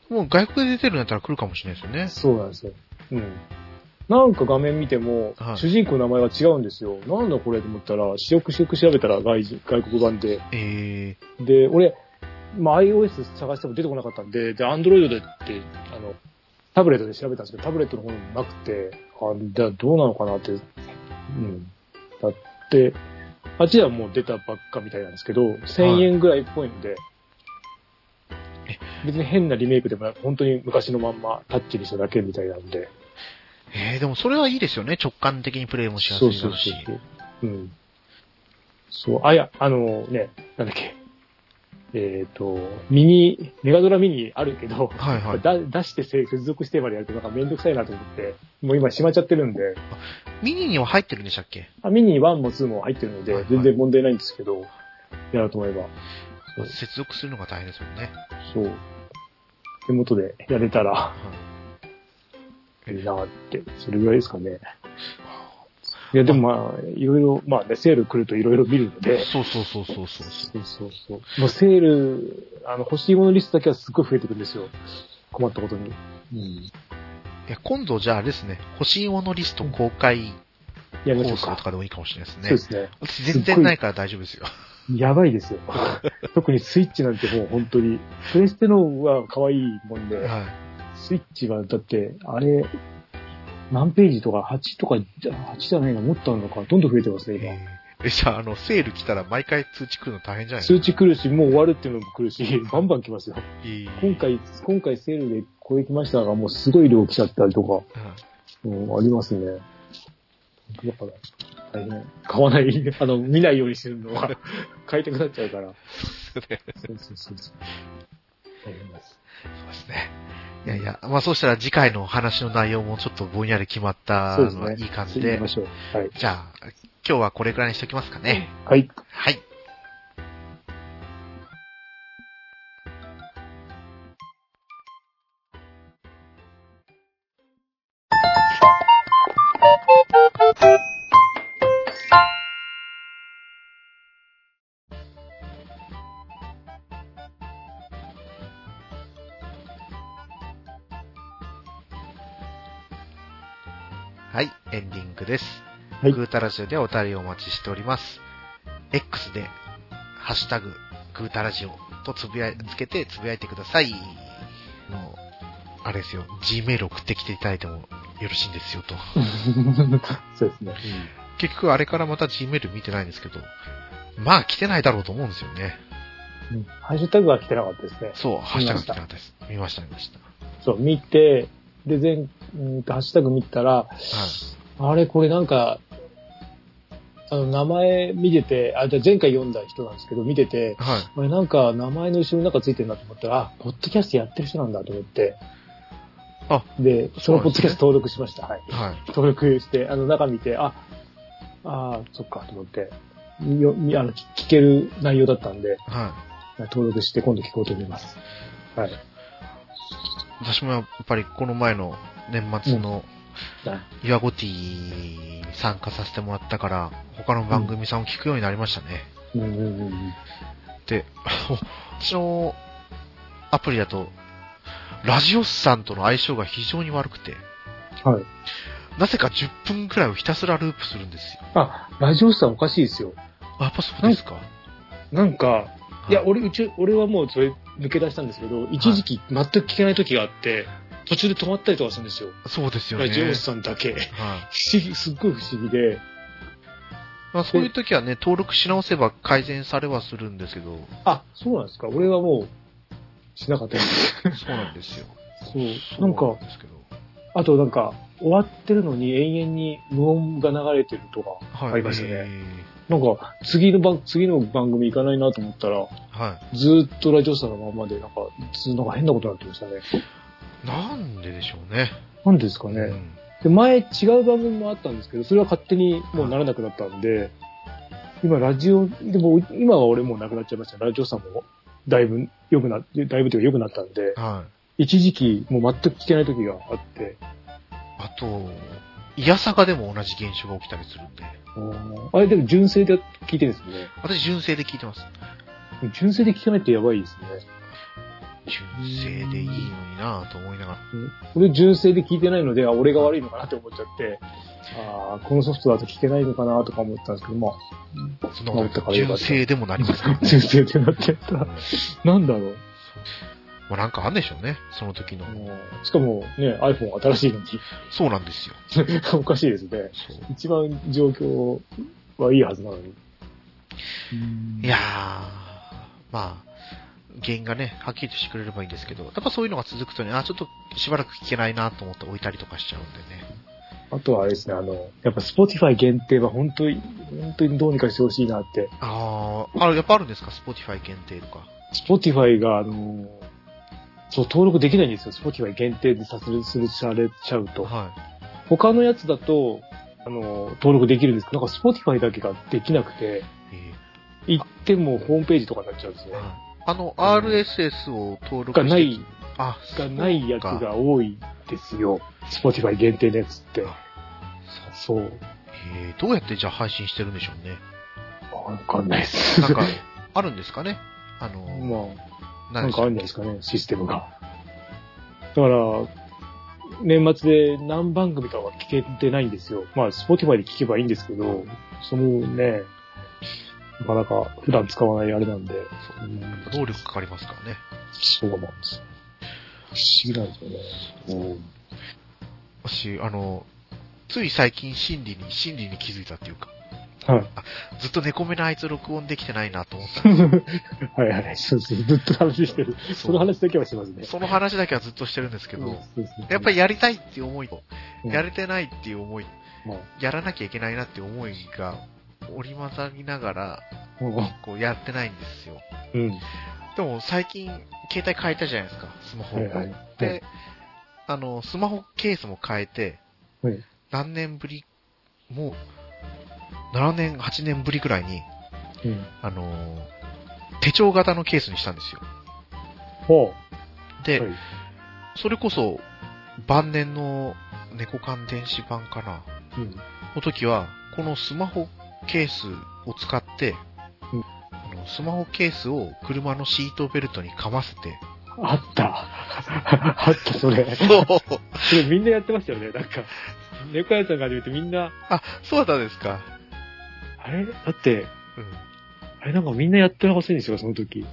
S1: もう外国で出てるんだったら来るかもしれないですよね。
S2: そうなんですよ。うん。なんか画面見ても、
S1: はい
S2: 主人公の名前が違うんですよ。なんだこれと思ったら、試食試食調べたら外人外国版で、
S1: え
S2: で、俺、まあ、iOS 探しても出てこなかったんで、で、Android でって、あの、タブレットで調べたんですけど、タブレットの方にもなくて、あ、じゃあどうなのかなって、うん。だって、あっちではもう出たばっかみたいなんですけど、1000円ぐらいっぽいので、
S1: え
S2: 別に変なリメイクでもなく、本当に昔のまんまタッチにしただけみたいなんで、
S1: ー、えー、でもそれはいいですよね。直感的にプレイもしやす
S2: そう
S1: い
S2: そう
S1: だし
S2: そ。う。うん。そう、あ、いや、あのね、なんだっけ。えっ、と、ミニ、メガドラミニあるけど、
S1: はいはい。
S2: だ出してせ接続してまでやるとなんかめんどくさいなと思って、もう今しまっちゃってるんで、
S1: ミニには入ってるんでしたっけ
S2: あミニ1も2も入ってるの
S1: はい
S2: で
S1: は、い
S2: 全然問題ないんですけど、やろうと思えば。そう
S1: 接続するのが大変ですもんね。
S2: そう。手元でやれたら
S1: はい
S2: いいなって、それぐらいですかね。いや、でもまあ、いろいろ、まあね、セール来るといろいろ見るので、
S1: そうそうそうそうそうそう。
S2: そうそうそう。もうセール、あの、欲しいものリストだけはすっごい増えてくるんですよ。困ったことに。うん。
S1: いや、今度じゃああれですね、欲しいものリスト公開
S2: やり
S1: 放
S2: ましょう
S1: 送と
S2: か。
S1: かでもいいかもしれないです
S2: そうで
S1: ね。
S2: すね。
S1: 私全然ないから大丈夫ですよ。
S2: やばいです
S1: [laughs]
S2: よ。特にスイッチなんてもう本当に、プレステのは可愛いもんで、
S1: はい。
S2: スイッチはだって、あれ、何ページとか8とか、8じゃないのもっとあるのか、どんどん増えてますね、
S1: えーえ、じゃあ、あの、セール来たら毎回通知来るの大変じゃ
S2: 今。
S1: ないですか
S2: 数値来るし、もう終わるっていうのも来るし、バンバン来ますよ。
S1: いい
S2: 今回、今回セールでこれ来ましたが、もうすごい量来ちゃったりとか。
S1: はい
S2: うん、ありますね。だから、大変。買わない、 [laughs] あの、見ないようにしてるのは、 [laughs] 買いたくなっちゃうから。
S1: そうですね
S2: そうそうそうそう。大変です。
S1: そうですね。いやいや、まあそうしたら次回の話の内容もちょっとぼんやり決まった
S2: そうです
S1: の
S2: ね
S1: はいい感じ
S2: 次行
S1: で
S2: きま。しょう。はい。
S1: じゃあ、今日はこれくらいにしておきますかね。
S2: はい。 [laughs]
S1: はい。はい、エンディングです。
S2: はい
S1: グータラジオでお便りをお待ちしております。X で、ハッシュタグ、グータラジオとつぶやい、つけてつぶやいてください。もう、あれですよ、G メール送ってきていただいてもよろしいんですよと。
S2: そうですね。
S1: 結局あれからまた G メール見てないんですけど、まあ来てないだろうと思うんですよね。
S2: うんハッシュタグは来てなかったですね。
S1: そう、ハッシュタグ来てなかったです。見ました、見ました。
S2: そう、見て、で、全、うんと、ハッシュタグ見たら、
S1: はい。
S2: あれ、これなんか、あの、名前見てて、あ、じゃあ前回読んだ人なんですけど、見てて、
S1: はい。
S2: これなんか名前の後ろになんかついてるなと思ったら、あ、ポッドキャストやってる人なんだと思って、
S1: あ、
S2: で、そのポッドキャスト登録しました。はい。
S1: はい。
S2: 登録して、あの、中見て、あ、あーそっか、と思って、よみあの聞聞ける内容だったんで、
S1: はい。
S2: 登録して今度聞こうと思います。はい。
S1: 私もやっぱりこの前の年末の
S2: はい
S1: 岩ゴティに参加させてもらったから、他の番組さんを聞くようになりましたね。
S2: うんうんうんうん。
S1: で、 [laughs] 私のアプリだと、ラジオスさんとの相性が非常に悪くて、
S2: はい。
S1: なぜか10分くらいをひたすらループするんですよ。
S2: あ、ラジオスさんおかしいですよ。
S1: あやっぱそうですか、
S2: なんか、いや、
S1: は
S2: 俺、うち、俺はもうそれ抜け出したんですけど、一時期全く聞けない時があって、途中で止まったりとかするんですよ。
S1: そうですよね。
S2: ラジオスさんだけ。
S1: はい
S2: 不思議、すっごい不思議で。
S1: まあ、そういう時はね、登録し直せば改善されはするんですけど、
S2: あ、そうなんですか。俺はもう、しなかったです。
S1: そうなんですよ。
S2: そう。なん
S1: そう
S2: か、
S1: ですけど
S2: あとなんか、終わってるのに永遠に無音が流れてるとか、
S1: はい
S2: ありましたね
S1: え
S2: なんか、次の番、次の番組行かないなと思ったら、
S1: ーはい。
S2: ずーっとラジオスさんのまんまで、なんか、ずなんか変なことになってましたね。
S1: なんででしょうね。
S2: なんでですか
S1: う
S2: ね。
S1: ん
S2: で、前違う番組もあったんですけど、それは勝手にもうならなくなったんで、今ラジオ、でも今は俺もうなくなっちゃいました。ラジオさんもだいぶ良くな、だいぶというか良くなったんで、
S1: はい。
S2: 一時期もう全く聞けない時があって、
S1: あと、イヤサガでも同じ現象が起きたりするんで。
S2: あれでも純正で聞いてるんですね。
S1: 私、純正で聞いてます。
S2: 純正で聞かないってやばいですね。
S1: 純正でいいのになぁと思いながら。
S2: 俺純正で聞いてないので、あ、俺が悪いのかなって思っちゃって、ああ、このソフトだと聞けないのかなとか思ったんですけど、ま
S1: そんなことない純正でもなりますから
S2: あ、。 [laughs] 純正ってなってたら、なんだろう。
S1: まあ、なんかあんでしょうね。その時の。
S2: もうしかもね、iPhone 新しいのに、 [laughs]
S1: そうなんですよ。
S2: おかしいですね。
S1: そう
S2: 一番状況はいいはずなのに。
S1: いやー、まあ、原因がね、はっきりとしてくれればいいんですけど、やっぱそういうのが続くとね、あ、ちょっとしばらく聞けないなと思って置いたりとかしちゃうんでね。
S2: あとはあれですね、あの、やっぱ Spotify 限定は本当に、本当にどうにかしてほしいなって。
S1: あー、あやっぱあるんですか ?Spotify 限定とか。
S2: Spotify が、あの、そう、登録できないんですよ。Spotify 限定でさせる、する、されちゃうと。
S1: はい。
S2: 他のやつだと、あの、登録できるんですけど、なんか Spotify だけができなくて、
S1: え
S2: 行ってもホームページとかになっちゃうんです
S1: ー
S2: ね。
S1: あの、RSS を登録
S2: が
S1: して
S2: ない、
S1: あ、
S2: がないやつ
S1: そうか。
S2: が多いですよ。Spotify 限定のやつって。そう。
S1: えー、どうやってじゃあ配信してるんでしょう
S2: [laughs]
S1: ね。
S2: わかんないです。
S1: なんか、あるんですかねあの、
S2: [laughs] まあ、
S1: 何
S2: なん
S1: でし
S2: か
S1: ょ
S2: あるんじゃないですかね、システムが。だから、年末で何番組かは聞けてないんですよ。まあ、Spotify で聞けばいいんですけど、そのね、なかなか普段使わないあれなんで、
S1: う労力かかりますからね。
S2: そうなんです。不思議なんですよね。うん
S1: 私、あの、つい最近心理に、心理に気づいたっていうか、
S2: はい。
S1: ずっと猫目のあいつ録音できてないなと思った。
S2: はいはい。そうですね。ずっと話してる。その話だけはしますね。
S1: その話だけはずっとしてるんですけど、
S2: そうですね
S1: やっぱり、やりたいっていう思いと、
S2: うん
S1: やれてないっていう思い、
S2: まあ
S1: やらなきゃいけないなっていう思いが織り交ざりながら、
S2: う
S1: こうやってないんですよ。
S2: ん。
S1: でも最近、携帯変えたじゃないですか、スマホ。
S2: はいはい。
S1: で、あの、スマホケースも変えて、
S2: はい
S1: 何年ぶり、もう、7年、8年ぶりくらいに、
S2: うん。
S1: あのー手帳型のケースにしたんですよ。
S2: ほ
S1: で、
S2: はい
S1: それこそ、晩年の猫缶電子版かな、
S2: う。うん。
S1: の時は、このスマホケースを使って、
S2: うん
S1: あのスマホケースを車のシートベルトにかませて、
S2: あった。あった、それ。 [laughs]
S1: そう
S2: それみんなやってましたよね、なんか。
S3: 猫屋さんが始めてみんな、
S1: [laughs] あ、そうだったんですか。
S3: あれだって、
S1: うん。
S3: あれなんかみんなやってなかったんですよ、その時。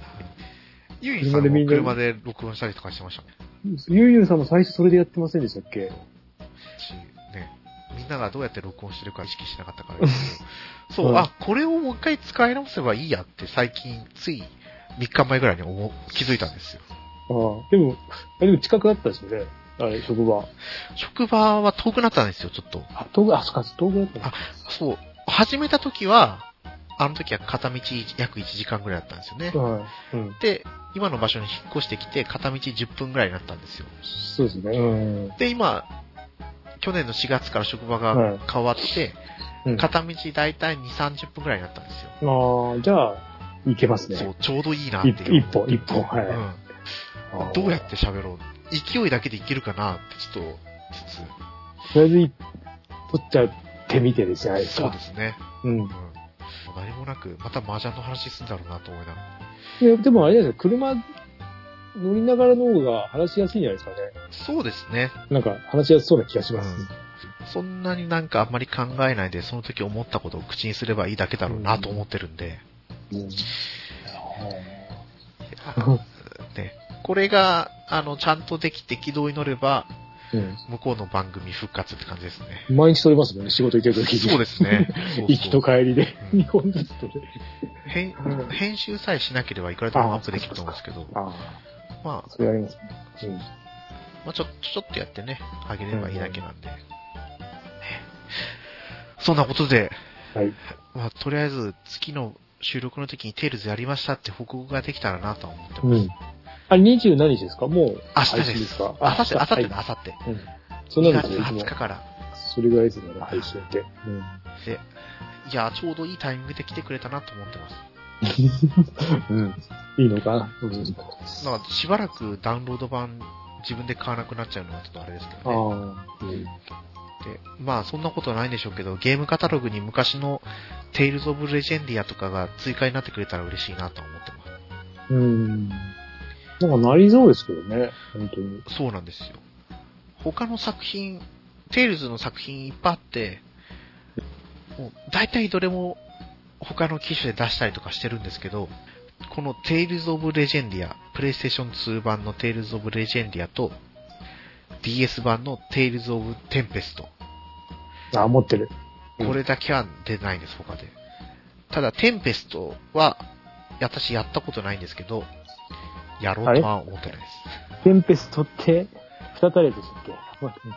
S1: ユイさ
S3: 車
S1: ん
S3: でみ
S1: も
S3: んな
S1: 車で録音したりとかしてましたもん
S3: ゆうゆうさんも最初それでやってませんでしたっけ
S1: し、ね、みんながどうやって録音してるか意識しなかったからです
S2: [laughs]
S1: けどそう、
S3: うん
S1: あ、これをもう一回使い直せばいいやって最近、つい3日前ぐらいに思う気づいたんですよ。
S3: ああ。
S2: でも、あでも近くだったですよね。あれ、職場。
S1: 職場は遠くなったんですよ、ちょっと。
S2: あ、東京、あ、そっか、東京だったの
S1: あそう、始めた時は、あの時は片道約1時間ぐらいだったんですよね。
S2: はい。うん。
S1: で、今の場所に引っ越してきて、片道10分ぐらいになったんですよ。
S2: そうですね。うん。
S1: で、今、去年の4月から職場
S2: は
S1: が
S2: い
S1: 変わって、
S2: うん
S1: 片道だいたい2、30分ぐらいになったんですよ。
S2: ああ、じゃあ、いけます
S1: そう
S2: ね。、
S1: ちょうどいいなって
S2: 一
S1: いう。
S2: 一本、一本、は
S1: う
S2: い。
S1: んどうやって喋ろう勢いだけでいけるかなって、ちょっと、つ
S2: とりあえずい、取っちゃってみてですね、あれ
S1: つ、そうですね。
S2: うん
S1: うん。もう何もなく、また麻雀の話するんだろうなと思いながら。
S2: で。でもあれじゃないですか、車乗りながらの方が話しやすいんじゃないですかね。
S1: そうですね。
S2: なんか話しやすそうな気がします。
S1: そんなになんかあんまり考えないで、その時思ったことを口にすればいいだけだろうなと思ってるんで。
S2: うん
S1: いやーね、これが、あの、ちゃんとできて軌道に乗れば、
S2: う
S1: 向こうの番組復活って感じですね。
S2: ん毎日撮れますもんね、仕事行けるときに。
S1: そうです [laughs] ね。そうそう
S2: 行きと帰りで、
S1: うん
S2: 2本ずつ撮れ。
S1: 編
S2: うん
S1: 編集さえしなければいくらでもアップできると思うんですけど、
S2: ああ、
S1: まあ、
S2: それありますね。うん
S1: まあ、ちょちょっとやってね、あげればいいだけなんで。そんなことで、
S2: はい
S1: まあ、とりあえず月の収録の時にテールズやりましたって報告ができたらなとは思ってます。
S2: うん。あれ、27日ですかもう、
S1: 明日
S2: 配
S1: で。
S2: 信ですす
S1: 明
S2: か
S1: 後日、明後日だ、
S2: は
S1: 明後日。
S2: うん。そん
S1: 2
S2: な
S1: 月
S2: んですよ、
S1: 20日から。
S2: それぐらいですね、配信って。うん。
S1: で、いや、ちょうどいいタイミングで来てくれたなと思ってます。
S2: うん。いいのかなうん。
S1: まあ、しばらくダウンロード版自分で買わなくなっちゃうのはちょっとあれですけどね。
S2: ああ。うん。
S1: で、まあそんなことはないんでしょうけど、ゲームカタログに昔の Tales of Legendia とかが追加になってくれたら嬉しいなと思ってま
S2: うん。なんかなりそうですけどね、本当に。
S1: す。そうなんですよ。他の作品、Tales の作品いっぱいあって、もう大体どれも他の機種で出したりとかしてるんですけど、この Tales of Legendia、PlayStation 2版の Tales of Legendia と DS 版の Tales of Tempest、
S2: あ、持ってる。うん
S1: これだけは出ないんです、他で。ただ、テンペストは、私やったことないんですけど、やろうとは思ってないです。
S2: テンペストって、二タレでしたっけ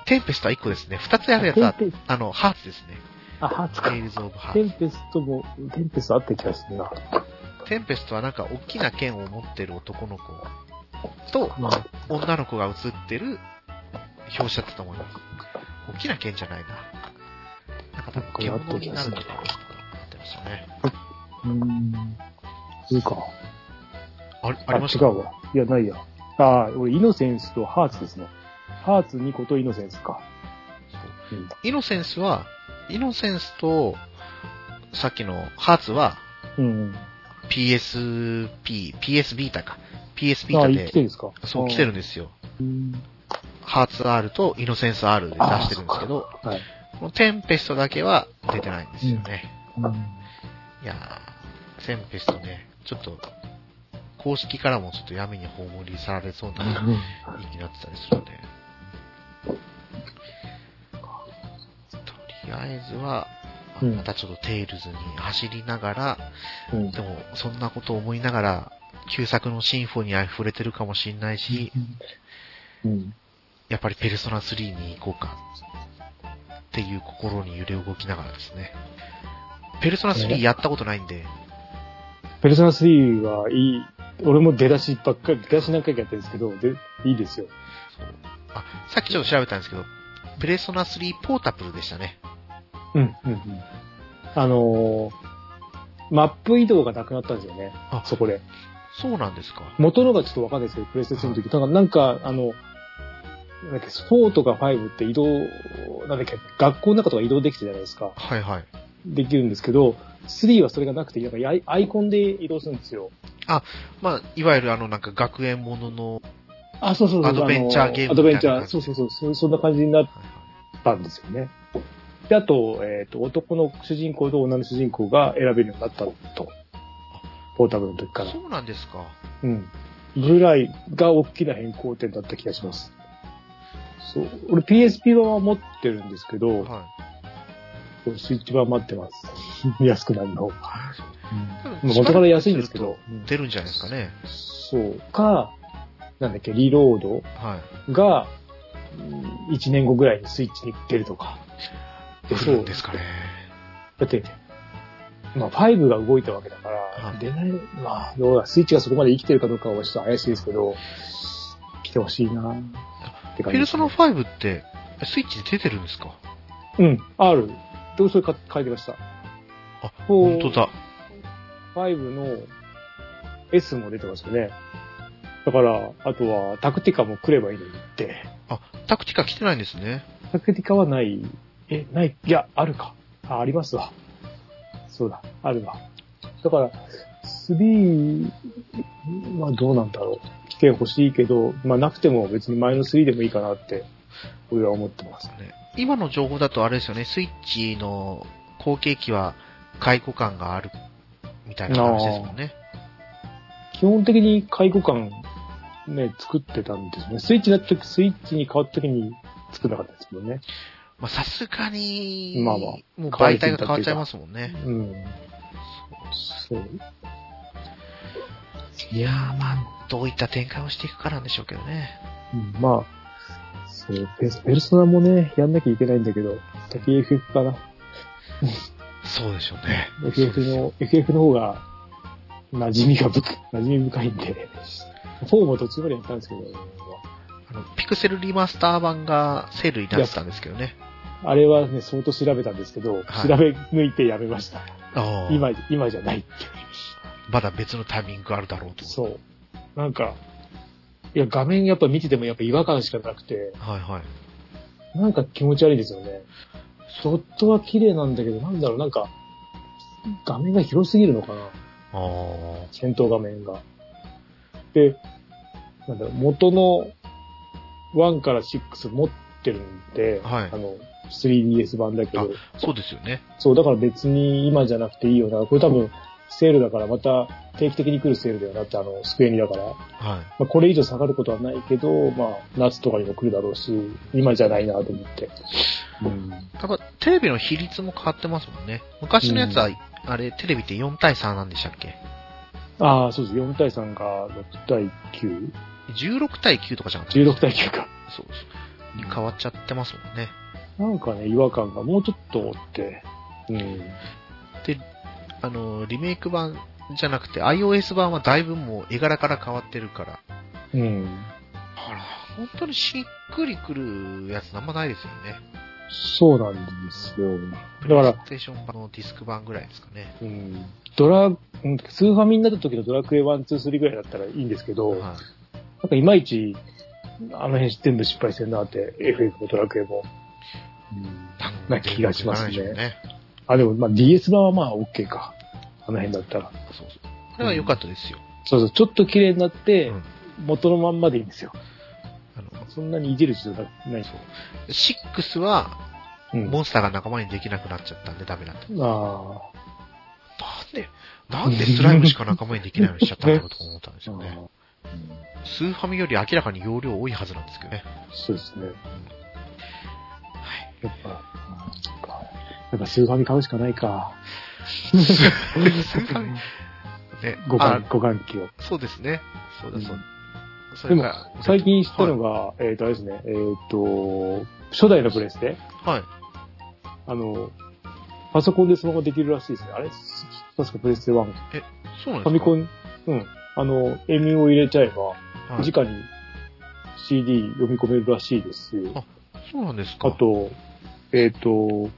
S1: テンペストは1個ですね。2つあるやつは、
S2: テンペ
S1: あの、ハーツですね。
S2: あ、ハーツか
S1: テイ。ルズ・オブ・ハ
S2: テ
S1: ー
S2: ンペストも、テンペストあった気がするな。
S1: ツ。テンペストはなんか、大きな剣を持ってる男の子と、
S2: まあ、
S1: 女の子が映ってる表紙だったと思います。大きな剣じゃないな。なんか多分、獣になるのかなとかなってましたね。
S2: うん。いいか。
S1: あれ、ありました
S2: 違うわ。いや、ないや。ああ、俺、イノセンスとハーツですね。ハーツ2個とイノセンスか。うん
S1: イノセンスは、イノセンスと、さっきのハーツは
S2: うん。
S1: PSP、PS ビータか。PS ビ
S2: あ
S1: ー
S2: あ、生
S1: タ
S2: きて
S1: で、
S2: るんですか
S1: そう、来てるんですよ。
S2: うん
S1: ハーツ R とイノセンス R で出してるんですけど、
S2: はい。
S1: このテンペストだけは出てないんですよね。
S2: うん
S1: いやー、テンペストね、ちょっと、公式からもちょっと闇に葬り去られそうな人気になってたりするんで。とりあえずは、
S2: うん
S1: またちょっとテイルズに走りながら、
S2: うん
S1: でもそんなことを思いながら、旧作のシンフォニーに溢れてるかもしんないし、
S2: うん。
S1: やっぱりペルソナ3に行こうか、っていう心に揺れ動きながらですね。ペルソナ3やったことないんで、
S2: ペルソナ3はいい。俺も出だしばっかり、出だし何回かやってるんですけど、で、いいですよ。
S1: そうあ、さっきちょっと調べたんですけど、ペルソナ3ポータブルでしたね。
S2: うん、うん、うん。あのー、マップ移動がなくなったんですよね。
S1: あ
S2: そこで。
S1: そうなんですか。
S2: 元のがちょっとわかんないですけど、プレイステーションの時。なんか、なんかあの、なんだっけ、4とか5って移動、なんだっけ、学校の中とか移動できてたじゃないですか。
S1: はいはい。
S2: できるんですけど、3はそれがなくて、なんかやいアイコンで移動するんですよ。
S1: まあ、いわゆるあの、なんか学園ものの、
S2: あ、そうそうそう。
S1: アドベンチャーゲーム
S2: あのアドベンチ
S1: みたいな
S2: ャー、
S1: 感じ
S2: そうそうそう、そそんな感じになっ
S1: はいはい
S2: たんですよね。で、あと、えっ、と、男の主人公と女の主人公が選べるようになったと。ポータブルの時から。
S1: そうなんですか。
S2: うん。ぐらいが大きな変更点だった気がします。そう。俺 PSP 版は持ってるんですけど、
S1: は
S2: スイッチ版待ってます。 [laughs] 安くなるの。
S1: い。多分
S2: 元から安いんですけ。
S1: しばら
S2: ど
S1: く。すると出るんじゃないですかね。
S2: そう。か、なんだっけ、リロード
S1: はい。
S2: が、1年後ぐらいにスイッチに出るとか。
S1: 来るんですかね。
S2: だって、まあ、5が動いたわけだから、
S1: はい
S2: 出ない、まあ、どうだ、スイッチがそこまで生きてるかどうかはちょっと怪しいですけど、来てほしいなって
S1: ペ
S2: 感じ
S1: ル
S2: です
S1: ソ
S2: ね、
S1: ナ5って、スイッチで出てるんですか
S2: うん、R。でもそれか書いてました。
S1: あ、
S2: お
S1: 本
S2: ー
S1: 当だ。
S2: 5の S も出てましたね。だから、あとは、タクティカも来ればいいのにって。
S1: あ、タクティカ来てないんですね。
S2: タクティカはない。え、ない。いや、あるか。あ、ありますわ。そうだ、あるわ。だから、3、まあどうなんだろう。来てほしいけど、まあなくても別に前の3でもいいかなって、俺は思ってます。
S1: ね今の情報だとあれですよね、スイッチの後継機は解雇感があるみたいな話ですもんね。
S2: 基本的に介護官、ね、作ってたんですね。スイッチだった時、スイッチに変わった時に作んなかったですもんね。
S1: まあさすがに、
S2: まあまあ
S1: もう媒体が変わっちゃいますもんね。
S2: うん。そう。
S1: いやーまあ、どういった展開をしていくかなんでしょうけどね。
S2: うんまあ、そう、ペペルソナもね、やんなきゃいけないんだけど、先 FF かな。
S1: そうでしょうね。
S2: FF の、FF の方が、馴染みがぶく、馴染み深いんで、4も途中までやったんですけど、
S1: あのピクセルリマスター版がセールになってたんですけどね。
S2: あれはね、相当調べたんですけど、
S1: はい
S2: 調べ抜いてやめました。
S1: あー
S2: 今、今じゃないっていう。
S1: まだ別のタイミングがあるだろうと。
S2: そう。なんか、いや、画面やっぱ見ててもやっぱ違和感しかなくて、
S1: はいはい。
S2: なんか気持ち悪いですよね。ショットは綺麗なんだけど、なんだろう、なんか、画面が広すぎるのかな。
S1: あー
S2: 戦闘画面が。で、なんだろう、元の1から6持ってるんで、
S1: はい
S2: あの、3DS 版だけ
S1: あ
S2: ど、
S1: そうですよね。
S2: そう、だから別に今じゃなくていいよな。これ多分、セールだから、また定期的に来るセールだよなって、あの、スクエニだから。
S1: はい。
S2: まあ、これ以上下がることはないけど、まあ、夏とかにも来るだろうし、今じゃないなと思って。うん。
S1: やっぱテレビの比率も変わってますもんね。昔のやつは、あれ、テレビって4対3なんでしたっけ
S2: ああ、そうです。4対3が6対9。
S1: ?16 対9とかじゃなかった
S2: 16対9か。
S1: そうそう。に変わっちゃってますもんね。
S2: なんかね、違和感がもうちょっとって。うん。
S1: あの、リメイク版じゃなくて iOS 版はだいぶもう絵柄から変わってるから。
S2: うん。
S1: あら、本当にしっくりくるやつなんもないですよね。
S2: そうなんですよ。
S1: プ
S2: だから
S1: レイステーション版のディスク版ぐらいですかね。
S2: うん。ドラ、うんスーファミになった時のドラクエ1、2、3ぐらいだったらいいんですけど、
S1: はい。
S2: なんかいまいち、あの辺全部失敗してんなって、FF もドラクエも。うんな気がしますね
S1: なんでしょうね。
S2: あ、でも、まあ DS 版はまあ OK か。あの辺だったら。
S1: そうそう。これは良かったですよ。
S2: そうそう、ちょっと綺麗になって
S1: うん、
S2: 元のまんまでいいんですよ。
S1: あの、
S2: そんなにいじる必要なない
S1: そう。6は、
S2: うん
S1: モンスターが仲間にできなくなっちゃったんでダメなんだ。
S2: あ
S1: なんで、なんでスライムしか仲間にできないようにしちゃったんだろうと思ったんです
S2: あ、
S1: よね。
S2: うん
S1: スーファミより明らかに容量多いはずなんですけどね。
S2: そうですね。
S1: はい。
S2: やっぱ、なんか、やっぱスーファミ買うしかないか。
S1: スーファミ、ね、
S2: ご
S1: あ
S2: 関、ご関係を。
S1: そうですね。そうだそうだ。そ
S2: で
S1: れ
S2: も
S1: から、
S2: 最近知ったの
S1: が、
S2: が、えっ、と、あれですね、えっ、と、初代のプレスで、
S1: はい。
S2: あの、パソコンでそのままできるらしいですね。あれ確かプレステ1。フ
S1: そうなんですか
S2: ァミコン、うん。あの、エミューを入れちゃえば、
S1: はい
S2: 直に CD 読み込めるらしいですし、
S1: あそうなんですか。
S2: あ、と、えっ、と、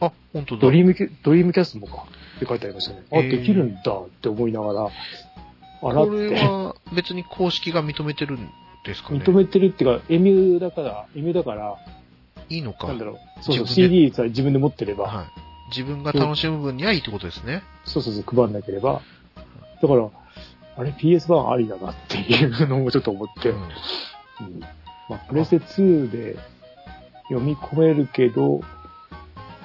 S1: あ、本当だ。
S2: ドリームキャ、ドリームキャストもかって書いてありましたね。あ、
S1: えー
S2: できるんだって思いながら、あらっ
S1: これ
S2: て、
S1: は別に公式が認めてるんですかね。
S2: 認めてるっていうか、エミューだから、エミューだから、
S1: いいのか。
S2: なんだろう、そうそう、
S1: 自分で
S2: CD さえ自分で持ってれば、
S1: はい。自分が楽しむ分にはいいってことですね。
S2: そうそうそう、配んなければ。だから、あれ PS 版ありだなっていうのもちょっと思って、
S1: うん
S2: うんまあ、プレステ2で読み込めるけど、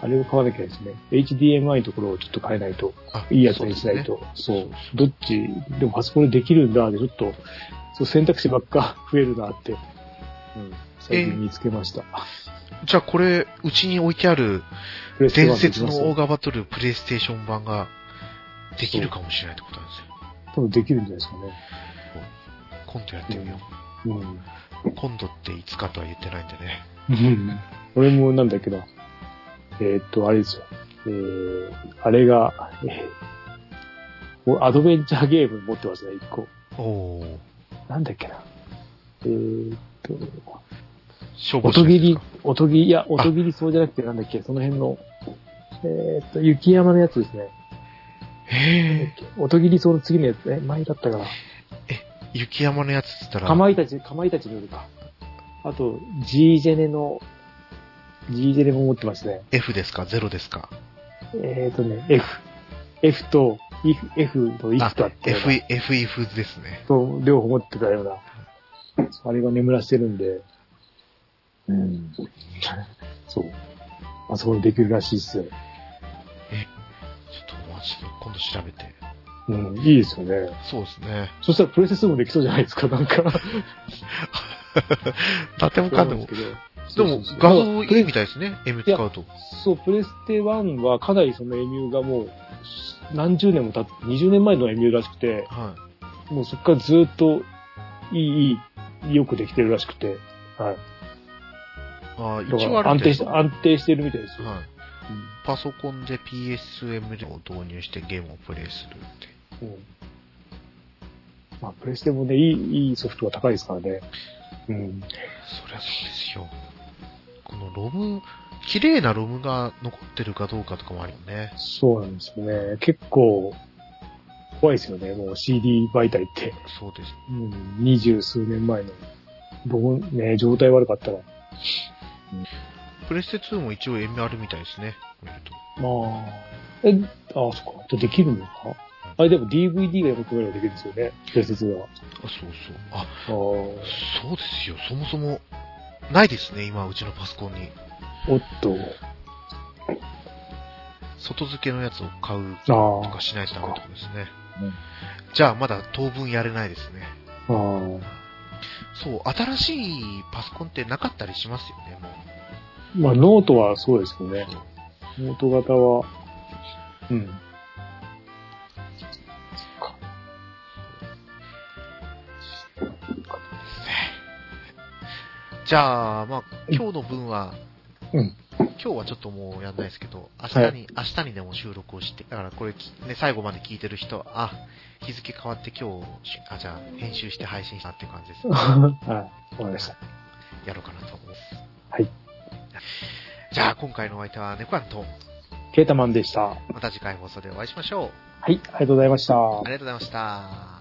S2: あれを買わなきゃですね、HDMI のところをちょっと変えないと、
S1: あ
S2: いいやつにしないと、そう,、どっち、でもパソコンでできるんだ、で、ちょっと、そう選択肢ばっか [laughs] 増えるなって、うん、最近見つけました。
S1: じゃあこれ、うちに置いてある
S2: プレステ
S1: 伝
S2: 版でき
S1: 説
S2: ま
S1: の
S2: す
S1: オーガバトルプレイステーション版ができるかもしれないってことなんですよ。
S2: 多分できるんじゃない
S1: 今度やってみよう。
S2: ですかね。うん。
S1: 今度っていつかとは言ってないんでね。
S2: うん。俺もなんだっけど、えーっと、あれですよ。えー、あれが、えー、もうアドベンチャーゲーム持ってますね、一個。
S1: おー。
S2: なんだっけな。えーっと、
S1: 消防
S2: 音
S1: 士
S2: 切
S1: です
S2: り
S1: か、
S2: 音切り、いや、音切りそうじゃなくてなんだっけ、その辺の、えーっと、雪山のやつですね。
S1: へ
S2: 音切りそうの次のやつ、え、前だったかな。
S1: ー。雪山のやつって言ったら、
S2: かまいたち、かまいたちの夜か。あと、G ジェネの、G ジェネも持ってますね。
S1: F ですか ?0 ですか
S2: えー、とね、F。F と、F、F と If とあって、
S1: F、F、F ですね。
S2: と両方持ってたような。あれが眠らしてるんで。うん。そう。あそこにできるらしいっすよ。
S1: ちょっとマジで今度調べて。
S2: うん、いいですよね。
S1: そうです [laughs] ね。
S2: そしたらプレセスもできそうじゃないですか、なんか。
S1: 縦もかんでも。で
S2: で
S1: も画像いいみ
S2: たい。
S1: たいですね。M 使うと。
S2: そう、プレステ1はかなりそのエミューがもう、何十年も経って、20年前のエミューらしくて、
S1: は
S2: もうそこからずっと、いい、いい、よくできてるらしくて、はい。
S1: い。ああ、
S2: だ
S1: 一
S2: か
S1: 応あ
S2: ら
S1: るみたい
S2: 安
S1: で
S2: 定し
S1: す
S2: て、
S1: ね
S2: 安定してるみたいですよ。
S1: はい。パソコンで PSM を導入してゲームをプレイするって。
S2: うんうんまあ、プレステもね、いい、いいソフトが高いですからね。うん。
S1: そりゃそうですよ。このロム、綺麗なロムが残ってるかどうかとかもあるよね。
S2: そうなんですよね。結構、怖いですよね。もう CD 媒体って。
S1: そうです。
S2: うん。二十数年前の。どう、ね、状態悪かったら。
S1: プレステ2も一応 M あるみたいですね。見ると。
S2: ああ。え、ああ、そっか。でできるのかあれ、でも DVD が読み込めればできるんですよね。プレステ2は。
S1: あ、そうそう。あ、
S2: ああ。
S1: そうですよ。そもそも、ないですね。今、うちのパソコンに。
S2: おっと。
S1: 外付けのやつを買う
S2: あ
S1: と
S2: あ
S1: かしないとダメってことですね
S2: うん。
S1: じゃあ、まだ当分やれないですね。
S2: ああ。
S1: そう、新しいパソコンってなかったりしますよね、もう。
S2: まあ、ノートはそうですよね。ノート型は。うん。
S1: じゃあ、まあ、今日の分は、
S2: うん
S1: 今日はちょっともうやんないですけど、明日に、
S2: は
S1: 明日にでも収録をして、だからこれき、ね、最後まで聞いてる人は、あ、日付変わって今日、しあ、じゃあ、編集して配信したっていう感じです。
S2: [laughs] はい。わかりました。
S1: やろうかなと思います。
S2: はい。
S1: じゃあ、今回のお相手はネコアンと、
S2: ケータマンでした。は
S1: また次回放送でお会いしましょう。
S2: い。ありがとうございました。
S1: ありがとうございました。